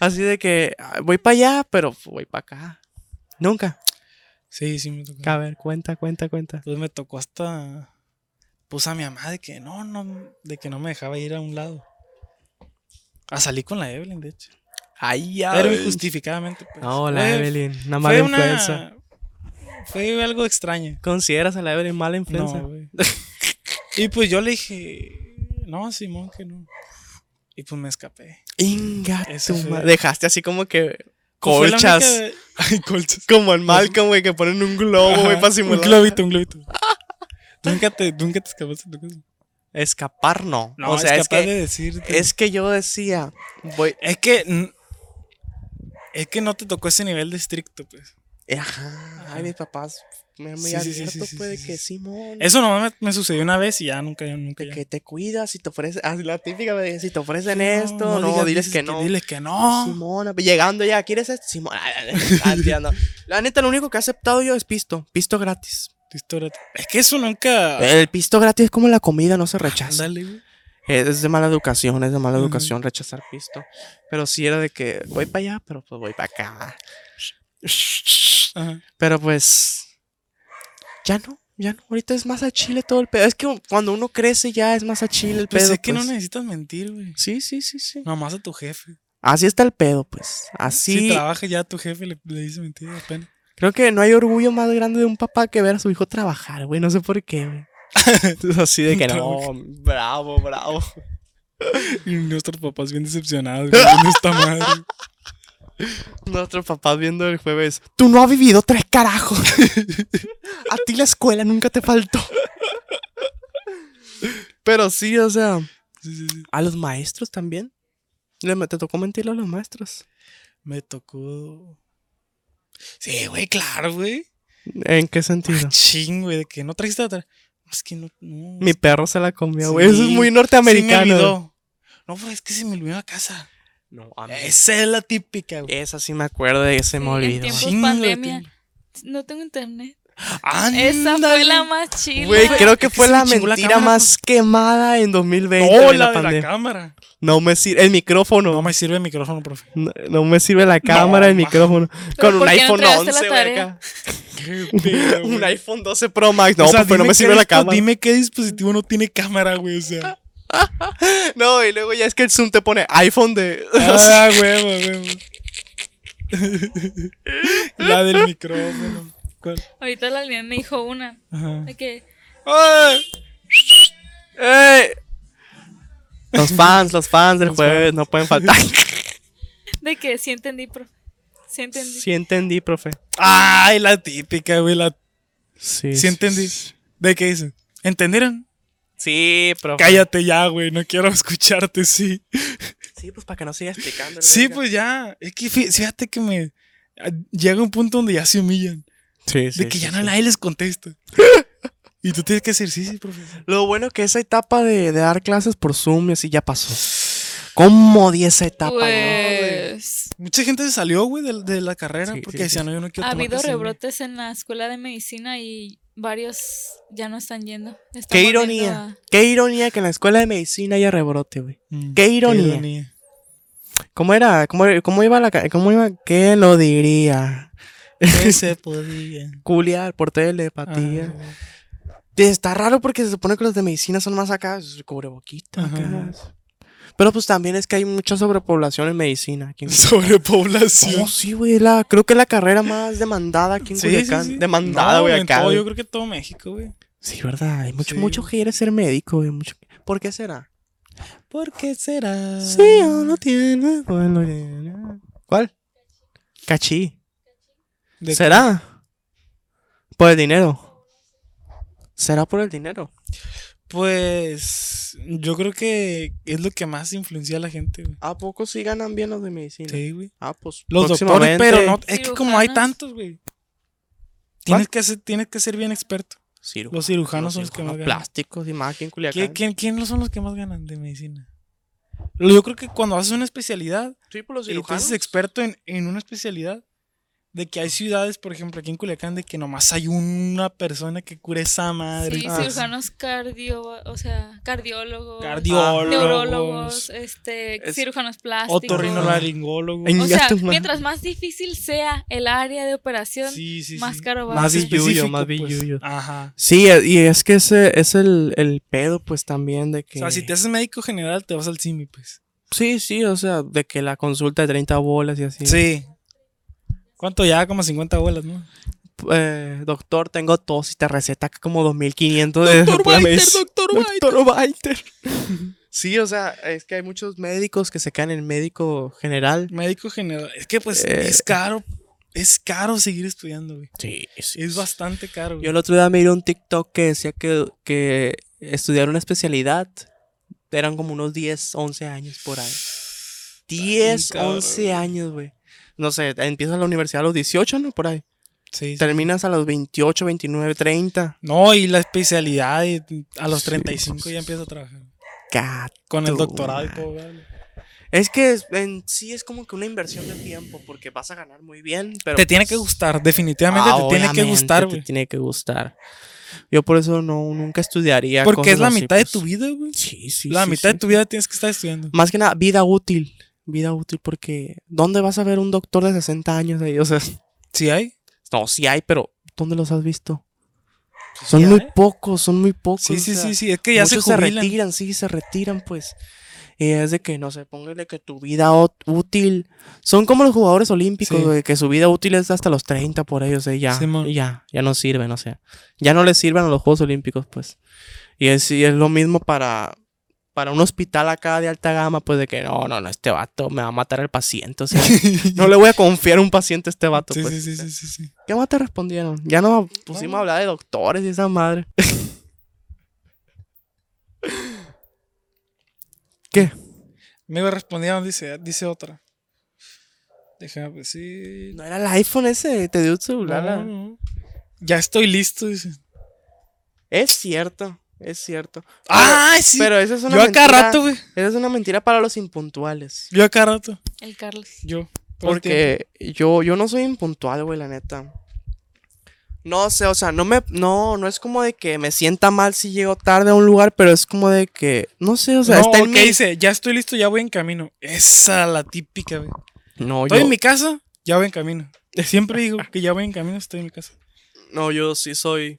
B: Así de que ah, voy para allá, pero voy para acá. Nunca.
A: Sí, sí me tocó.
B: A ver, cuenta, cuenta, cuenta.
A: Entonces me tocó hasta. Pues a mi mamá de que no, no, de que no me dejaba ir a un lado. A salir con la Evelyn, de hecho.
B: Ay,
A: Pero injustificadamente, pues.
B: Ah, No, la
A: Fue-
B: Evelyn, una mala
A: Fue
B: influencia.
A: una. Fue algo extraño.
B: ¿Consideras a la Evelyn mala influencia?
A: No, güey. y pues yo le dije, no, Simón, que no. Y pues me escapé.
B: Inga,
A: Eso
B: tu
A: fue-
B: ma- Dejaste así como que
A: Pues fue la
B: colchas.
A: única-
B: *laughs*
A: Ay, colchas.
B: Como en Malcolm, güey, que ponen un globo, güey,
A: Ajá,
B: para
A: Un
B: simular.
A: globito, un globito. *laughs* nunca, te, nunca te escapaste de tu casa.
B: Escapar no.
A: No,
B: o sea, es,
A: capaz
B: que,
A: de decir.
B: es que yo decía, voy.
A: Es que. n- Es que no te tocó ese nivel de estricto, pues.
B: eh, Ajá. Ay, mis papás me han
A: Sí, sí, sí, sí, sí,
B: puede
A: sí,
B: pues, que
A: sí.
B: Simón.
A: Eso nomás me, me sucedió una vez y ya nunca, ya nunca. ya.
B: Que te cuidas si te ofrecen. ah, la típica, güey, si te ofrecen
A: No,
B: esto,
A: no
B: no,
A: digas-
B: diles
A: dices
B: que no.
A: Diles "Ah". que no.
B: Simona, pues, llegando ya, ¿quieres esto? Simona, ah, tirando. La neta, lo único que he aceptado yo es pisto, pisto gratis.
A: Distórate. Es que eso nunca.
B: El pisto gratis es como la comida, no se rechaza.
A: Ándale, güey.
B: Es Eh, es de mala educación, es de mala
A: Ujú.
B: educación rechazar pisto. Pero sí era de que voy para allá, pero pues voy para acá.
A: Ajá.
B: Pero pues. Ya no, ya no. Ahorita es más a Chile todo el pedo. Es que cuando uno crece ya es más a Chile el
A: Pues
B: pedo.
A: es que no
B: pues.
A: necesitas mentir, güey.
B: Sí, sí, sí, sí.
A: Nomás a tu jefe.
B: Así está el pedo, pues.
A: Si
B: Así.
A: trabaja ya tu jefe, le, le dice mentira apenas.
B: creo que no hay orgullo más grande de un papá que ver a su hijo trabajar, güey. No sé por qué, güey. *laughs* Así *laughs* de que no,
A: Tronco.
B: bravo, bravo.
A: Y nuestros papás bien decepcionados, güey, viendo esta
B: *laughs*
A: madre.
B: Nuestros papás viendo el jueves. Tú no has vivido tres carajos. *laughs* A ti la escuela nunca te faltó. Pero sí, o sea,
A: Sí, sí, sí.
B: a los maestros también. Le- Te tocó mentirle a los maestros.
A: Me tocó. Sí, güey, claro, güey.
B: ¿En qué sentido?
A: Ah, Ching, güey, de que no trajiste otra. Es que no. no
B: Mi
A: es-
B: perro se la comió,
A: Sí.
B: güey. Eso es muy
A: se me
B: norteamericano.
A: olvidó. No, pero es que se me olvidó a casa.
B: no, a mí-
A: Esa es la típica, güey.
B: Esa sí me acuerdo de que se
D: Sí,
B: me
D: en
B: olvidó.
D: tiempos
A: Chingo de
D: pandemia.
A: tiempo.
D: No tengo internet.
A: Ándale.
D: Esa fue la más chida.
B: Güey, creo que
A: Es que
B: fue
A: se
B: la
A: me chingó la
B: mentira
A: cámara,
B: más quemada en 2020.
A: No, la
B: de la
A: de la
B: pandemia.
A: cámara.
B: no me sirve el
A: No
B: micrófono.
A: me sirve el micrófono,
B: *laughs*
A: profe.
B: No, no me sirve la cámara, el
A: ma.
B: micrófono.
D: ¿Pero
B: Con un
D: por qué no
B: iPhone
D: entregaste la
B: 11, güey,
D: tarea?
B: acá.
A: Qué pedo, güey.
B: *laughs* Un iPhone 12 Pro Max. No,
A: O sea,
B: pues, pero no
A: dime
B: me
A: qué
B: sirve la
A: dispo-
B: cámara.
A: Dime qué dispositivo no tiene cámara, güey. O
B: *laughs*
A: sea.
B: No, y luego ya es que el Zoom te pone iPhone de. *laughs*
A: Ah, huevo, huevo. la del micrófono. ¿Cuál?
D: Ahorita la Liliana me dijo una.
A: Ajá.
D: de que,
B: ¡Ay! ¡Ey! Los fans, los fans del jueves no pueden faltar.
D: de que sí entendí, profe. Sí
B: *laughs*
D: entendí.
B: Sí entendí, profe.
A: Ay, la típica, güey. La...
B: Sí.
A: Sí, entendí. ¿De qué dicen? ¿Entendieron?
B: Sí, profe.
A: Cállate ya, güey. No quiero *laughs* escucharte, sí.
B: Sí, pues para que no siga explicando.
A: Sí, pues ya. Es que fí- fíjate que me. a- Llega un punto donde ya se humillan.
B: Sí,
A: de que ya no nadie les contesta. y tú tienes que decir, sí, sí, profesor.
B: Lo bueno que esa etapa de, de dar clases por Zoom y así ya pasó. ¿Cómo di esa etapa? no, güey?
D: Pues.
A: Mucha gente se salió, güey, de, de la carrera
B: Sí,
A: porque
B: sí,
A: decían,
B: sí.
A: no, yo no quiero
D: Ha
A: tomar
D: habido
A: clases, güey".
D: rebrotes en la escuela de medicina y varios ya no están yendo. Están
B: Qué
D: volviendo
B: ironía. Qué ironía que en la escuela de medicina haya rebrote, güey.
A: Mm,
B: Qué ironía. ¿Cómo era? ¿Cómo, cómo iba la ca- cómo iba? ¿Qué lo diría?
A: *laughs* ¿Qué se podía?
B: *laughs* Culiar por telepatía.
A: Ah,
B: Está raro porque se supone que los de medicina son más acá, cubreboquita. acá.
A: Ajá.
B: Pero pues también es que hay mucha sobrepoblación en medicina.
A: *laughs*
B: Aquí en-
A: Sobrepoblación.
B: Oh, sí, güey. la- creo que es la carrera más demandada aquí en
A: Sí,
B: Culiacán.
A: sí, sí.
B: Demandada,
A: No,
B: güey,
A: en
B: acá.
A: todo,
B: güey.
A: Yo creo que todo México, güey.
B: Sí, verdad. Hay mucho,
A: Sí.
B: mucho que quiere ser médico, güey. Mucho... ¿Por qué será?
A: ¿Por qué será?
B: Sí, o no tiene. o no tiene. ¿Cuál? Cachí.
A: De-
B: ¿Será? Por el dinero. ¿Será por el dinero?
A: Pues yo creo que es lo que más influencia a la gente, güey.
B: ¿A poco sí ganan bien los de medicina?
A: Sí, güey.
B: Ah, pues.
A: Los doctores, pero no, es que
D: Cirujanos.
A: como hay tantos, güey. Tienes que, ser, tienes que ser bien experto. Los cirujanos son los que más ganan.
B: plásticos y más aquí en Culiacán.
A: ¿Qui- ¿Quién, quién son los que más ganan de medicina? Yo creo que cuando haces una especialidad,
B: Sí, por los
A: y tú eres
B: cirujanos.
A: experto en, en una especialidad, de que hay ciudades, por ejemplo, aquí en Culiacán, de que nomás hay una persona que cure esa
D: a-
A: madre.
D: Sí,
B: Ah,
D: cirujanos cardio, o sea, cardiólogos, Ah, neurólogos,
A: Cardiólogos,
D: este,
B: Es-
D: cirujanos plásticos.
A: otorrinolaringólogos.
B: En-
D: O sea,
B: Gato, man.
D: mientras más difícil sea el área de operación,
A: Sí, sí,
D: más
A: sí.
D: caro va a
B: Más
D: ser.
B: billuyo,
A: específico, pues.
B: más billuyo.
A: Ajá.
B: Sí, e- y es que ese es el, el pedo, pues también de
A: O
B: que.
A: sea, si te haces médico general, te vas al CIMI, pues.
B: Sí, sí, o sea, de que la consulta de 30 bolas y así.
A: Sí. ¿Cuánto ya? Como 50 bolas, ¿no?
B: Eh, doctor, tengo tos y te receta como 2500 de pura medicina.
A: doctor
B: Doctor Walter. Sí, o sea, es que hay muchos médicos que se caen en médico general.
A: Médico general. Es que, pues,
B: Eh.
A: es caro. Es caro seguir estudiando, güey.
B: Sí, sí.
A: Es bastante caro. güey.
B: Yo el otro día miré un TikTok que decía que, que estudiar una especialidad eran como unos 10, 11 años por ahí. 10,
A: cabrón,
B: 11 años, güey. No sé, empiezas la universidad a los 18, ¿no? Por ahí.
A: Sí, sí.
B: Terminas a los 28, 29, 30.
A: No, y la especialidad y a los
B: Sí.
A: 35 ya empieza a trabajar.
B: Cat.
A: Con el
B: Tú,
A: doctorado y
B: man.
A: todo. ¿vale?
B: Es que es- en sí es como que una inversión de tiempo porque vas a ganar muy bien, pero
A: Te tiene que
B: pues,
A: gustar, definitivamente
B: ah,
A: te tiene que
B: obviamente
A: gustar,
B: Te
A: güey.
B: tiene que gustar. Yo por eso no nunca estudiaría
A: Porque es
B: cosas
A: la
B: así,
A: mitad de
B: pues.
A: tu vida, güey.
B: Sí, sí.
A: La
B: sí,
A: mitad
B: sí.
A: de tu vida tienes que estar estudiando.
B: Más que nada, vida útil. Vida útil, porque ¿dónde vas a ver un doctor de 60 años ahí? O sea, *laughs*
A: ¿Sí hay?
B: no, sí hay, pero ¿dónde los has visto? Son
A: sí
B: muy
A: hay.
B: pocos, son muy pocos.
A: Sí,
B: o
A: sí,
B: sea,
A: sí, sí. Es que ya se *laughs*
B: muchos se
A: jubilan.
B: retiran, sí, se retiran, pues. Y es de que, no sé, póngale que tu vida ot- útil. Son como los jugadores olímpicos,
A: Sí.
B: güey, que su vida útil es hasta los 30 por ellos, sea, ya.
A: Simón.
B: ya, ya no sirven, o sea. Ya no les sirven a los Juegos Olímpicos, pues. Y es, y es lo mismo para, para un hospital acá de alta gama, pues de que no, no, no, este vato me va a matar al paciente,
A: *laughs*
B: o sea. no le voy a confiar un paciente a este vato,
A: Sí,
B: pues.
A: sí, sí, sí, sí, sí.
B: ¿Qué más te respondieron? Ya pues, nos pusimos
A: Bueno.
B: a hablar de doctores y esa madre.
A: Me iba respondiendo, dice, dice otra. Déjame ver si.
B: No era el iPhone ese, te dio el celular. la-
A: No, no. Ya estoy listo, dice.
B: Es cierto, es cierto.
A: ¡Ah, sí!
B: Pero esa es una
A: yo a
B: mentira.
A: cada rato, güey.
B: Esa es una mentira para los impuntuales.
A: Yo a cada rato.
D: El Carlos.
A: Yo. todo el tiempo.
B: Porque yo, yo no soy impuntual, güey, la neta. No sé, o sea, no me. No, no es como de que me sienta mal si llego tarde a un lugar, pero es como de que. No sé, o sea,
A: no,
B: está en
A: ok,
B: mí.
A: dice, ya estoy listo, ya voy en camino. Esa la típica, güey.
B: No,
A: Estoy
B: yo,
A: en mi casa, ya voy en camino. Siempre digo que ya voy en camino, estoy en mi casa.
B: no, yo sí soy.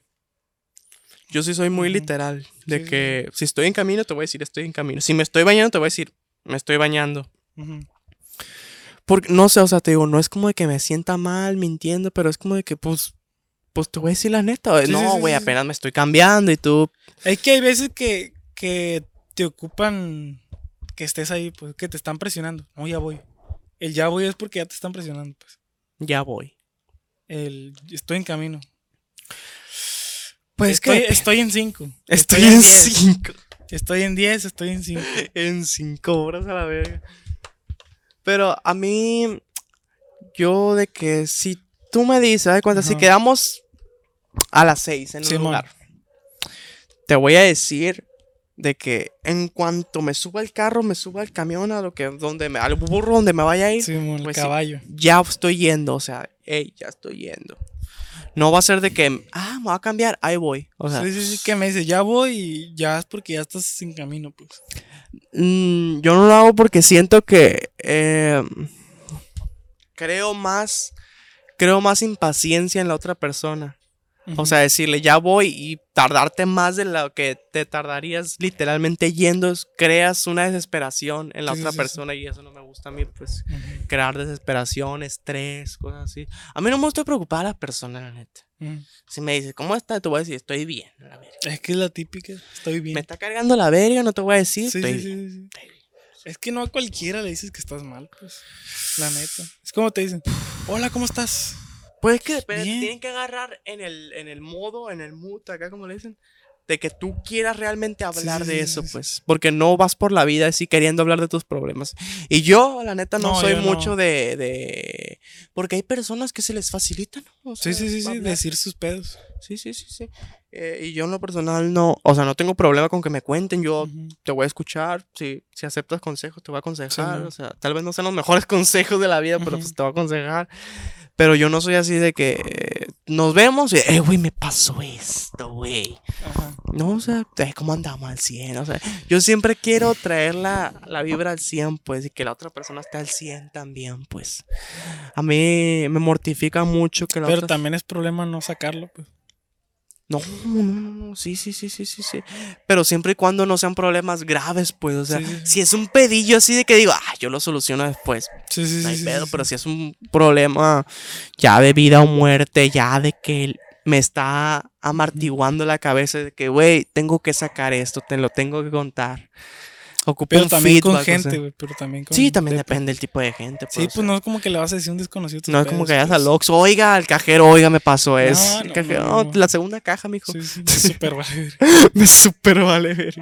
B: Yo sí soy muy
A: Ujú.
B: literal. De
A: Sí, sí,
B: que si estoy en camino, te voy a decir, estoy en camino. Si me estoy bañando, te voy a decir, me estoy bañando.
A: Ujú.
B: Porque, no sé, o sea, te digo, no es como de que me sienta mal mintiendo, pero es como de que, pues, pues te voy a decir la neta.
A: Sí, sí,
B: no,
A: sí,
B: güey,
A: sí, sí.
B: apenas me estoy cambiando y tú.
A: Es que hay veces que, que te ocupan que estés ahí, pues que te están presionando. No, ya voy. El ya voy es porque ya te están presionando, pues.
B: Ya voy.
A: El estoy en camino.
B: Pues
A: estoy,
B: que
A: estoy en 5.
B: estoy, en *laughs*
A: 10.
B: cinco.
A: Estoy en 10, estoy en 5.
B: En cinco horas a la verga. Pero a mí, yo de que si tú me dices, ¿sabes cuánto? Si
A: Ajá.
B: quedamos a las seis en
A: Simón.
B: un lugar, te voy a decir de que en cuanto me suba al carro, me suba al camión, a lo que, donde me, al burro donde me vaya a ir,
A: Sí, mon, el
B: Pues sí.
A: caballo.
B: ya estoy yendo, o sea, hey, ya estoy yendo. No va a ser de que, ah, me va a cambiar, ahí voy. O sea,
A: Sí, sí, sí, que me dice, ya voy y ya es porque ya estás sin camino, pues.
B: mm, yo no lo hago porque siento que eh, creo más, creo más impaciencia en la otra persona. O sea, decirle, ya voy y tardarte más de lo que te tardarías literalmente yendo, es- creas una desesperación en la
A: Sí, sí,
B: otra
A: sí, sí.
B: persona y eso no me gusta a mí, pues
A: Ujú,
B: crear desesperación, estrés, cosas así. A mí no me gusta preocupar a la persona, la neta.
A: ujú.
B: Si me dices, ¿cómo estás? Te voy a decir, estoy bien. a la verga.
A: Es que es la típica, estoy bien.
B: Me está cargando la verga, no te voy a
A: Sí,
B: decir.
A: sí,
B: estoy
A: sí,
B: bien.
A: sí, sí. Es que no a cualquiera le dices que estás mal, pues. La neta. Es como te dicen, hola, ¿cómo estás?
B: Pues es que depende,
A: Bien.
B: tienen que agarrar en el, en el modo, en el mood, acá como le dicen, de que tú quieras realmente hablar
A: sí,
B: de
A: sí,
B: eso,
A: sí, sí.
B: pues. Porque no vas por la vida así queriendo hablar de tus problemas. Y yo, la neta, no,
A: No,
B: soy
A: yo no.
B: mucho de, de- Porque hay personas que se les facilitan. ¿no? O
A: Sí,
B: sea,
A: sí, sí, sí,
B: hablar.
A: decir sus pedos.
B: Sí, sí, sí, sí. Eh, y yo en lo personal no, o sea, no tengo problema con que me cuenten, yo
A: Ujú.
B: te voy a escuchar, si, si aceptas consejos, te voy a aconsejar,
A: Simón.
B: o sea, tal vez no sean los mejores *laughs* consejos de la vida, pero
A: Ujú.
B: pues te voy a aconsejar. Pero yo no soy así de que eh, nos vemos y, eh, güey, me pasó esto, güey.
A: Ajá.
B: No, o sea, eh, ¿cómo andamos al 100? O sea, yo siempre quiero traer la, la vibra al 100, pues, y que la otra persona esté al 100 también, pues. A mí me mortifica mucho que la
A: Pero
B: otra...
A: también es problema no sacarlo, pues.
B: No, no, no, no, sí, sí, sí, sí, sí, sí. Pero siempre y cuando no sean problemas graves, pues, o sea,
A: Sí, sí, sí.
B: si es un pedillo así de que digo, ah, yo lo soluciono después,
A: Sí, sí, sí.
B: no hay
A: sí,
B: pedo,
A: sí,
B: pero si es un problema ya de vida o muerte, ya de que me está amartiguando la cabeza de que, güey, tengo que sacar esto, te lo tengo que contar. Ocupo
A: Pero
B: un
A: también con
B: feedback, o sea.
A: gente, güey. Pero también con.
B: Sí, también
A: de-
B: depende del tipo de gente.
A: Sí,
B: o sea.
A: pues no es como que le vas a decir a un desconocido. tus
B: No es como
A: pedos,
B: que vayas
A: pues.
B: al Ox, oiga, al cajero, oiga, me pasó eso.
A: no,
B: El cajero,
A: no,
B: "No,
A: no".
B: la segunda caja, mijo.
A: Sí,
B: *laughs*
A: sí, súper vale.
B: Me super vale ver.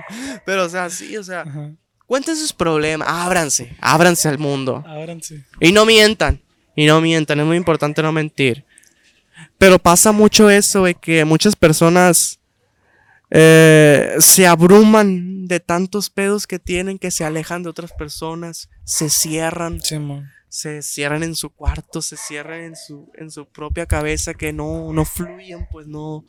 B: Pero, o sea, sí, o sea,
A: Ajá.
B: cuenten sus problemas, ábranse, ábranse al mundo.
A: Ábranse.
B: Y no mientan, y no mientan, es muy importante no mentir. Pero pasa mucho eso, de que muchas personas eh, se abruman de tantos pedos que tienen, que se alejan de otras personas, se cierran,
A: Sí, mon.
B: se cierran en su cuarto, se cierran en su, en su propia cabeza, que no, no fluyen, pues no,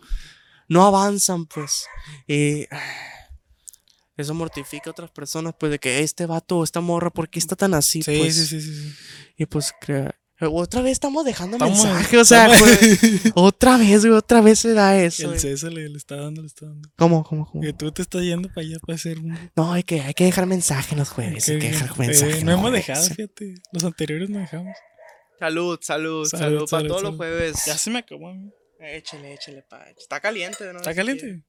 B: no avanzan, pues. Y *sighs* eso mortifica a otras personas, pues de que este vato o esta morra, ¿por qué está tan así?
A: Sí,
B: pues?
A: sí, sí, sí, sí.
B: Y pues crea- Otra vez estamos dejando
A: Estamos-
B: mensaje, o sea, pues,
A: *laughs*
B: güey, *laughs* otra vez, güey, otra vez se da eso.
A: El
B: güey.
A: César le, le está dando, le está dando.
B: ¿Cómo, cómo, cómo?
A: Que tú te estás yendo para allá para hacer un.
B: No, hay que, hay que dejar mensaje los jueves, hay
A: que-
B: que dejar
A: eh,
B: mensaje.
A: no
B: los
A: hemos
B: jueves. *laughs*
A: dejado, fíjate. Los anteriores no dejamos.
B: Salud,
A: Salud,
B: salud, salud,
A: salud,
B: para todos
A: salud.
B: los jueves.
A: Ya se me acabó, amigo.
B: Échele, échele, pa. Está caliente, ¿no?
A: ¿Está caliente?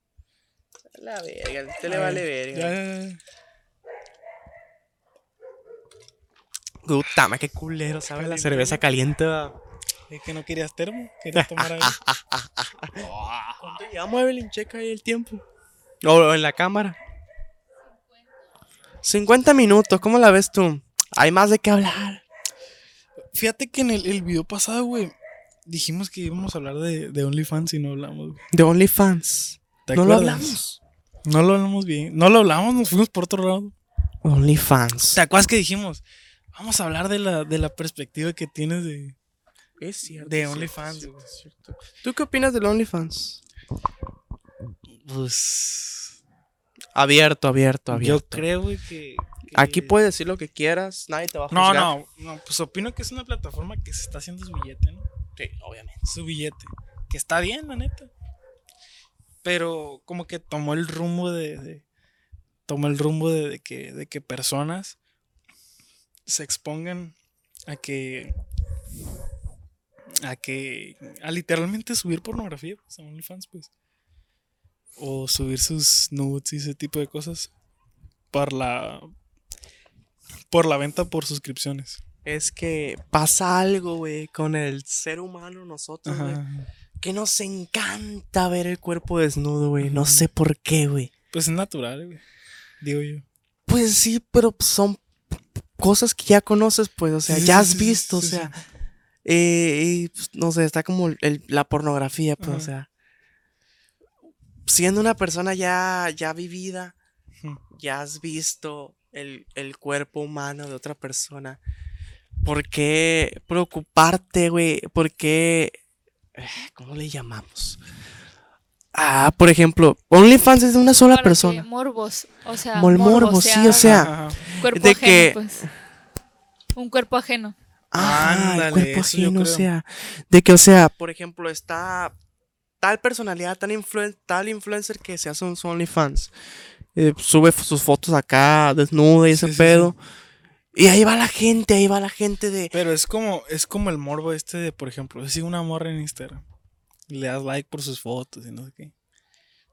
B: La verga, usted le
A: A
B: vale
A: ver,
B: verga.
A: ya, ya, ya.
B: Puta, ma, qué culero, sabe la
A: Caliente.
B: cerveza caliente. va.
A: Es que no querías termo. Querías tomar
B: *laughs*
A: algo.
B: ¿Cuánto llevamos, Evelyn? Checa ahí el tiempo. O en la cámara. 50 minutos, ¿cómo la ves tú? Hay más de qué hablar.
A: Fíjate que en el, el video pasado, güey, dijimos que íbamos a hablar de, de OnlyFans y no hablamos. güey.
B: De OnlyFans.
A: ¿Te
B: No lo
A: acuerdas?
B: hablamos.
A: No lo hablamos bien. No lo hablamos, nos fuimos por otro lado.
B: OnlyFans.
A: ¿Te acuerdas que dijimos? Vamos a hablar de la, de la perspectiva que tienes de,
B: Es cierto.
A: de OnlyFans. güey.
B: ¿Tú qué opinas del OnlyFans?
A: Pues.
B: Abierto, abierto,
A: Yo
B: abierto.
A: creo, güey, que, que-
B: Aquí puedes decir lo que quieras, nadie te va a
A: No,
B: juzgar.
A: no, no, pues opino que es una plataforma que se está haciendo su billete, ¿no?
B: Sí, obviamente.
A: Su billete. Que está bien, la neta. Pero como que tomó el rumbo de. de- tomó el rumbo de, de que, de que personas se expongan a que. a que. a literalmente subir pornografía, pues, a OnlyFans, pues. O subir sus nudes y ese tipo de cosas. Por la. por la venta por suscripciones.
B: Es que pasa algo, güey, con el ser humano, nosotros, güey. Que nos encanta ver el cuerpo desnudo, güey. No
A: Ujú.
B: sé por qué, güey.
A: Pues es natural, güey. Digo yo.
B: Pues sí, pero son cosas que ya conoces, pues, o sea,
A: Sí,
B: ya
A: sí, sí,
B: has visto,
A: sí,
B: o
A: sí.
B: sea, eh, y, pues, no sé, está como el- la pornografía, pues,
A: Ajá.
B: o sea, siendo una persona ya, ya vivida,
A: Ujú.
B: ya has visto el, el cuerpo humano de otra persona, ¿por qué preocuparte, güey? ¿Por qué, eh, cómo le llamamos? Ah, por ejemplo, OnlyFans es de una sola
D: Para que
B: persona.
D: Morbos, o sea.
B: Mol- morbo, sí,
D: morbosear
B: o sea,
A: Ajá, ajá.
D: Cuerpo
B: de
D: ajeno,
B: que-
D: pues. Un cuerpo ajeno.
B: Ajá,
A: Ándale,
B: el cuerpo
A: eso yo
B: ajeno, o
A: creo.
B: sea, de que, o sea, por ejemplo, está tal personalidad, tan influen- tal influencer que se hace un OnlyFans, eh, sube f- sus fotos acá desnuda y ese
A: Sí, sí,
B: pedo, y ahí va la gente, ahí va la gente de,
A: Pero es como, es como el morbo este de, por ejemplo, si una morra en Instagram y le das like por sus fotos y no sé qué.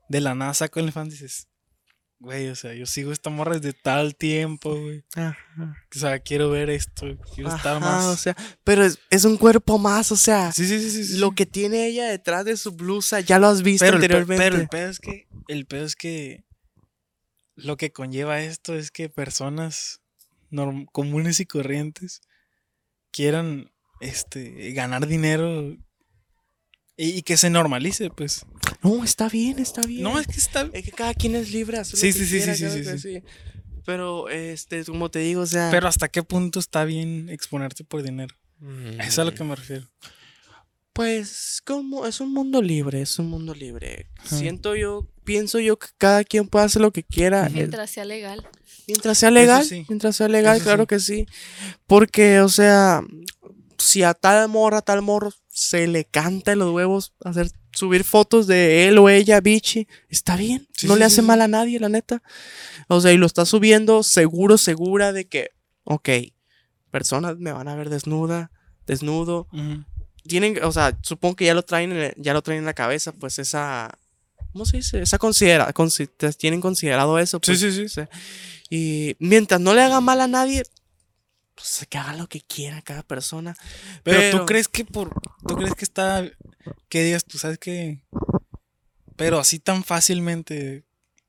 A: De la nada saco el fan y dices, güey, o sea, yo sigo esta morra desde tal tiempo, güey. O sea, quiero ver esto, quiero estar
B: ajá,
A: más.
B: o sea, pero es, es un cuerpo más, o sea,
A: sí, sí, sí, sí, sí.
B: lo que tiene ella detrás de su blusa ya lo has visto
A: pero el, pe-
B: anteriormente.
A: pero el pedo es que, el pedo es que lo que conlleva esto es que personas norm- comunes y corrientes quieran este ganar dinero y, y que se normalice, pues.
B: No, está bien, está bien.
A: No, es que está.
B: Es que cada quien es libre de hacer lo
A: Sí,
B: que
A: sí, sí,
B: quiera,
A: sí,
B: cada
A: sí,
B: quien
A: sí,
B: así. Pero, este, como te digo, o sea...
A: Pero hasta qué punto está bien exponerte por dinero.
B: Mm.
A: Eso es a lo que me refiero.
B: Pues, como es un mundo libre, es un mundo libre.
A: Ajá.
B: Siento yo, pienso yo que cada quien puede hacer lo que quiera. eh, Mientras,
D: Mientras sea legal.
B: sea legal,
A: sí.
B: mientras sea legal,
A: Eso
B: claro
A: sí.
B: que sí. Porque, o sea, si a tal morra, a tal morro se le canta en los huevos hacer subir fotos de él o ella, bichi, está bien.
A: Sí,
B: no
A: sí,
B: le
A: sí,
B: hace
A: sí.
B: mal a nadie, la neta. O sea, y lo está subiendo seguro, segura de que, ok, personas me van a ver desnuda, desnudo
A: Ujú.
B: tienen, o sea, supongo que ya lo traen, en- ya lo traen en la cabeza, pues esa, ¿cómo se dice? Esa considera, consi- te- tienen considerado eso.
A: Sí,
B: pues,
A: sí, sí.
B: o sea, y mientras no le haga mal a nadie, pues que haga lo que quiera cada persona.
A: Pero, tú
B: Pero-
A: crees que por. ¿Tú crees que está. ¿Qué digas tú? ¿Sabes qué? Pero así tan fácilmente.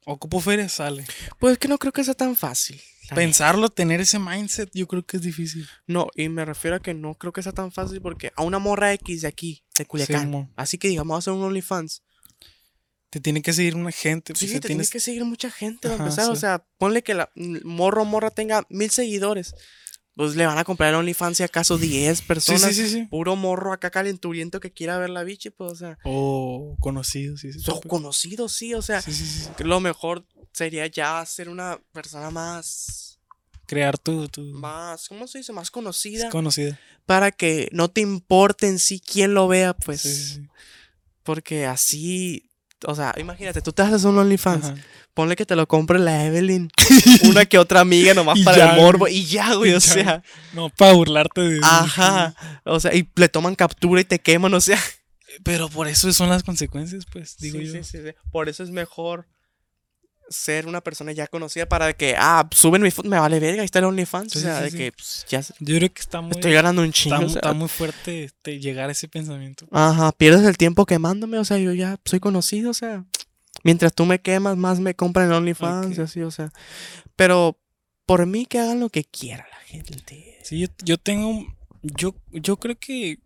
A: Ocupo feria, sale.
B: Pues que no creo que sea tan fácil. la neta.
A: Pensarlo, tener ese mindset, yo creo que es difícil.
B: No, y me refiero a que no creo que sea tan fácil porque a una morra X de aquí, de Culiacán,
A: mo.
B: así que digamos, va a hacer un OnlyFans.
A: Te tiene que seguir una gente.
B: Sí,
A: pues,
B: te
A: te tienes
B: tiene que seguir mucha gente para
A: Ajá,
B: empezar. O
A: sí.
B: sea, ponle que la mm, morro morra tenga mil seguidores. Pues le van a comprar el OnlyFans si acaso 10
A: Sí,
B: personas.
A: sí, sí, sí.
B: Puro morro acá calenturiento que quiera ver la bichi, pues, o sea.
A: O conocidos, sí, sí.
B: Son conocidos, sí, o sea.
A: Sí, sí, sí.
B: Lo mejor sería ya ser una persona más
A: crear tu, tu
B: Más, ¿cómo se dice? Más
A: es
B: conocida.
A: conocida.
B: Para que no te importe en sí quién lo vea, pues.
A: Sí, sí, sí.
B: Porque así. O sea, imagínate, tú te haces un OnlyFans.
A: Ajá.
B: Ponle que te lo compre la Evelyn.
A: *laughs*
B: una que otra amiga nomás
A: Y
B: para
A: ya,
B: el
A: güey.
B: morbo. Y ya, güey,
A: Y
B: o
A: ya.
B: sea.
A: No, para burlarte de.
B: Ajá. O sea, y le toman captura y te queman, o sea.
A: Pero por eso son las consecuencias, pues, digo
B: sí,
A: yo.
B: sí, sí, sí. Por eso es mejor ser una persona ya conocida para que, ah, suben mi foto, me vale verga, ahí está el OnlyFans.
A: Sí,
B: o sea,
A: sí,
B: de
A: sí.
B: que pues, ya se-
A: Yo creo que está muy,
B: estoy ganando un chingo.
A: está,
B: o
A: mu-
B: sea,
A: está muy fuerte este, llegar a ese pensamiento.
B: Ajá, pierdes el tiempo quemándome, o sea, yo ya soy conocido, o sea. Mientras tú me quemas, más me compran en OnlyFans y
A: Ok.
B: así, o sea. Pero por mí que hagan lo que quiera la gente.
A: Sí, yo, yo tengo. Yo, yo creo que,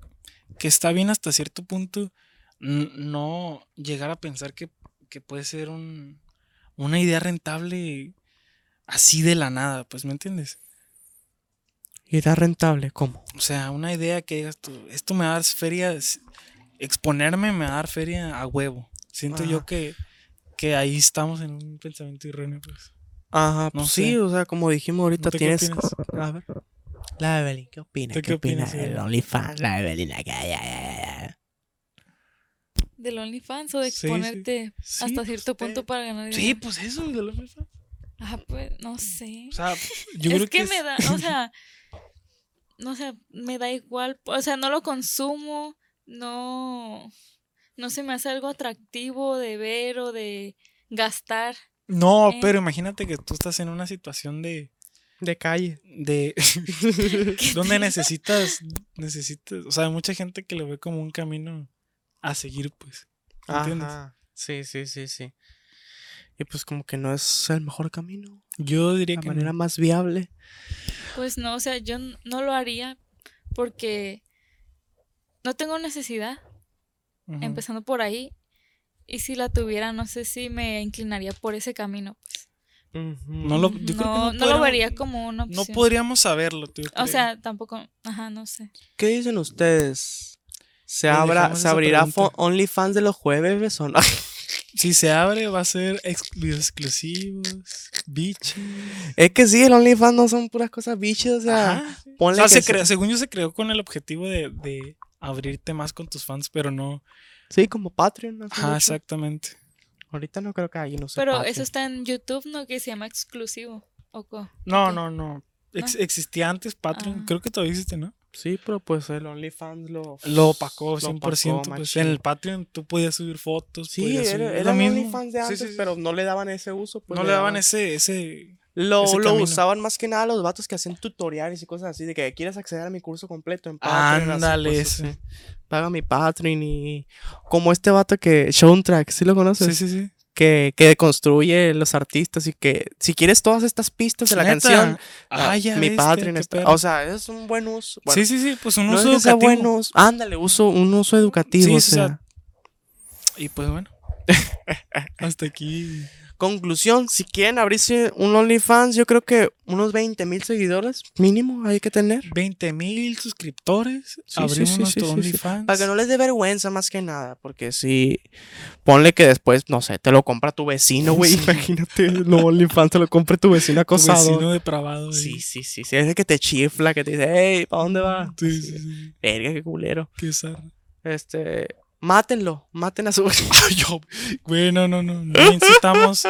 A: que está bien hasta cierto punto n- no llegar a pensar que, que puede ser un, una idea rentable así de la nada, pues, ¿me entiendes?
B: Y era rentable, ¿cómo?
A: O sea, una idea que digas tú, esto me va a dar feria, s- exponerme me va a dar feria a huevo. Siento yo
B: Ajá.
A: que, que ahí estamos en un pensamiento erróneo, pues.
B: Ajá,
A: No
B: pues sí,
A: sé.
B: o sea, como dijimos ahorita,
A: ¿No te qué
B: tienes.
A: opinas?
B: A ver. La Evelyn, ¿qué opina?
A: ¿Tú qué opinas, Evelyn?
B: del OnlyFans? La Evelyn, acá, ya, ya, ya, ya.
D: Del OnlyFans o de
A: Sí, sí.
D: exponerte
A: Sí,
D: hasta
A: pues,
D: cierto
A: te-
D: punto para ganar
A: Sí,
D: dinero.
A: pues eso, de la FIFA.
D: Ajá, pues, no sé.
A: O
D: *laughs*
A: sea, yo
D: es
A: creo
D: que,
A: que.
D: me
A: es- *laughs*
D: da, o sea, no sé, me da igual, o sea, no lo consumo, no, no se me hace algo atractivo de ver o de gastar.
A: No,
D: Eh.
A: pero imagínate que tú estás en una situación de.
B: De *laughs* calle.
A: de *laughs*
D: *laughs*
A: donde necesitas. Necesitas. O sea, hay mucha gente que lo ve como un camino a seguir, pues. ¿Entiendes?
B: Ajá. Sí, sí, sí, sí. Y pues como que no es el mejor camino,
A: Yo diría
B: la
A: que.
B: manera
A: no.
B: más viable.
D: Pues no, o sea, yo n- no lo haría porque no tengo necesidad,
A: Ujú.
D: empezando por ahí. Y si la tuviera, no sé si me inclinaría por ese camino.
A: No lo, yo creo que
D: no, no lo
A: podríamos-
D: vería como una
A: No
D: opción.
A: podríamos saberlo, tú. yo
D: o
A: creo.
D: sea, tampoco, ajá, no sé.
B: ¿Qué dicen ustedes? ¿Se,
A: Les
B: abra,
A: dejamos
B: ¿se
A: esa
B: abrirá
A: pregunta.
B: fo- OnlyFans de los jueves o no? *laughs*
A: Si se abre, va a ser ex- videos exclusivos, bichos.
B: es que sí, el OnlyFans no son puras cosas bichos, o sea,
A: Ajá. O
B: ponle
A: sea,
B: que
A: se
B: sí-
A: cre- según yo se creó con el objetivo de, de abrirte más con tus fans, pero no.
B: Sí, como Patreon. así
A: Ajá,
B: mucho.
A: exactamente.
B: Ahorita no creo que alguien use
D: Pero
A: ah,
B: Patreon.
D: eso está en YouTube, ¿no? Que se llama exclusivo. ¿O co-
A: No,
D: Ok.
A: no, no. Ex-
D: ¿No?
A: Existía antes Patreon,
D: Ah.
A: creo que todavía existe, ¿no?
B: Sí, pero pues el OnlyFans lo...
A: Lo opacó
B: lo
A: 100%.
B: opacó,
A: pues,
B: machín.
A: en el Patreon tú podías subir fotos.
B: Sí,
A: podías subir-
B: era,
A: es
B: era
A: lo
B: el
A: mismo.
B: OnlyFans de
A: Sí,
B: antes,
A: sí, sí.
B: pero no le daban ese uso. pues,
A: no le daban ese, ese.
B: Lo,
A: ese
B: lo
A: camino.
B: usaban más que nada los vatos que hacían tutoriales y cosas así, de que quieres acceder a mi curso completo en Patreon. así,
A: Ándale,
B: pues,
A: ese.
B: así. *laughs* Paga mi Patreon y... Como este vato que... Soundtrack, ¿sí lo conoces?
A: Sí, sí, sí.
B: Que, que construye los artistas y que... Si quieres todas estas pistas de la
A: Neta.
B: canción...
A: Ah,
B: ah,
A: ya.
B: Mi
A: bestia,
B: Patreon
A: qué
B: está-
A: perro.
B: O sea, es un buen uso. Bueno,
A: sí, sí, sí. Pues un
B: no
A: uso
B: es que sea
A: educativo.
B: buen uso. Ándale, uso, un uso educativo.
A: Sí,
B: o
A: o sea,
B: sea.
A: Y pues bueno. *laughs* Hasta aquí.
B: Conclusión, si quieren abrirse un OnlyFans, yo creo que unos 20 mil seguidores mínimo hay que tener.
A: 20 mil suscriptores.
B: Sí, sí,
A: abrimos
B: sí, sí,
A: nuestro
B: sí, sí.
A: OnlyFans.
B: Para que no les dé vergüenza más que nada, porque si ponle que después, no sé, te lo compra tu vecino, güey,
A: Sí.
B: *laughs* imagínate, lo OnlyFans te lo compre tu vecino
A: Tu
B: acosado.
A: vecino depravado. ahí.
B: Pues, Sí, sí, sí, sí, ese que te chifla, que te dice, hey, ¿para dónde va?
A: Sí, sí, sí.
B: Verga, qué culero.
A: Qué zarra.
B: Este, mátenlo, maten a su... *laughs*
A: *laughs* Yo, güey, no, no, no. No incitamos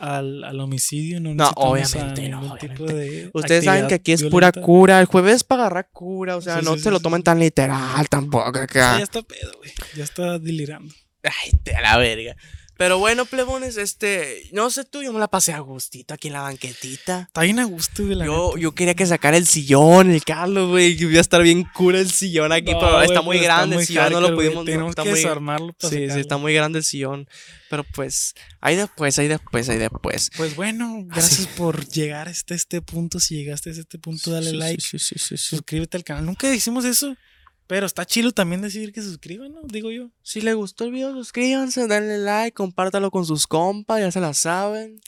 A: al, al homicidio, no,
B: No,
A: incitamos
B: obviamente,
A: a
B: no,
A: ningún tipo de.
B: Ustedes saben que aquí es
A: actividad
B: pura
A: violenta.
B: cura, el jueves es para agarrar cura, o sea,
A: Sí,
B: no
A: sí,
B: se
A: sí,
B: lo
A: sí,
B: tomen
A: sí.
B: tan literal tampoco acá.
A: Sí, ya está pedo, güey. Ya está delirando.
B: Ay, te a la verga. Pero bueno, plebones, este, no sé tú, yo me la pasé a gustito aquí en la banquetita.
A: Está bien a gusto, güey. la
B: Yo, yo quería que sacara el sillón, el Carlos, güey, que iba a estar bien cura el sillón aquí,
A: neta.
B: pero
A: No,
B: está
A: güey,
B: muy
A: pero
B: grande
A: muy
B: el sillón, no
A: hardcore,
B: lo
A: güey.
B: pudimos, no,
A: Tenemos
B: está
A: que
B: muy-
A: desarmarlo para
B: Sí, sí, está muy grande el sillón, pero pues, ahí después, ahí después, ahí después.
A: Pues
B: Ah,
A: bueno, gracias por llegar hasta este punto. Si llegaste a este punto, dale
B: Sí, sí,
A: like,
B: Sí, sí, sí, sí.
A: suscríbete al canal. Nunca decimos eso, pero está chilo también decir que suscriban, ¿no? Digo yo.
B: Si les gustó el video, suscríbanse, denle like, compártalo con sus compas, ya se la saben.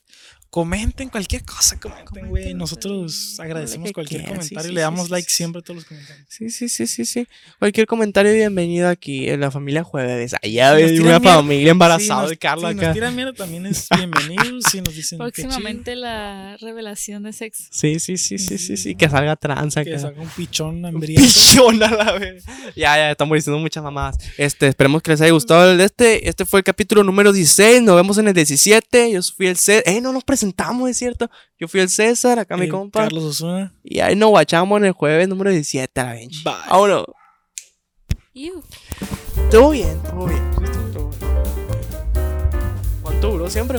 A: Comenten cualquier cosa, comenten, güey.
B: Comenten,
A: Nosotros
B: güey.
A: agradecemos
B: Lo que
A: cualquier
B: quieran, sí,
A: comentario y
B: sí,
A: le
B: sí,
A: damos
B: sí,
A: like
B: sí.
A: siempre a todos los comentarios.
B: Sí, sí, sí, sí, sí. Cualquier comentario, bienvenido aquí en la familia Jueves. Allá
A: Si nos
B: ves
A: tiran
B: una
A: mierda-
B: familia embarazada
A: Si nos-
B: de Carla
A: si nos
B: acá.
A: tiran mierda también es bienvenido. si nos dicen qué chido,
D: Próximamente la revelación de sexo.
B: Sí, sí, sí, sí, sí, sí. Que salga trans
A: que
B: acá. *laughs*
A: saca un pichón hambriento. Eh,
B: Pichón a la vez. Ya, ya, estamos diciendo muchas mamadas. Este, esperemos que les haya gustado el de este. Este fue el capítulo número 16. Nos vemos en el 17. Yo fui el César. Eh, no nos presentamos, es cierto. Yo fui el César, acá mi
A: El
B: compa.
A: Carlos Osuna.
B: Y ahí nos guachamos en el jueves número 17 a la bench.
A: Bye.
B: Vámonos.
D: Iu.
B: Estuvo bien, estuvo bien. sí, Estuvo bien. ¿Cuánto duró siempre?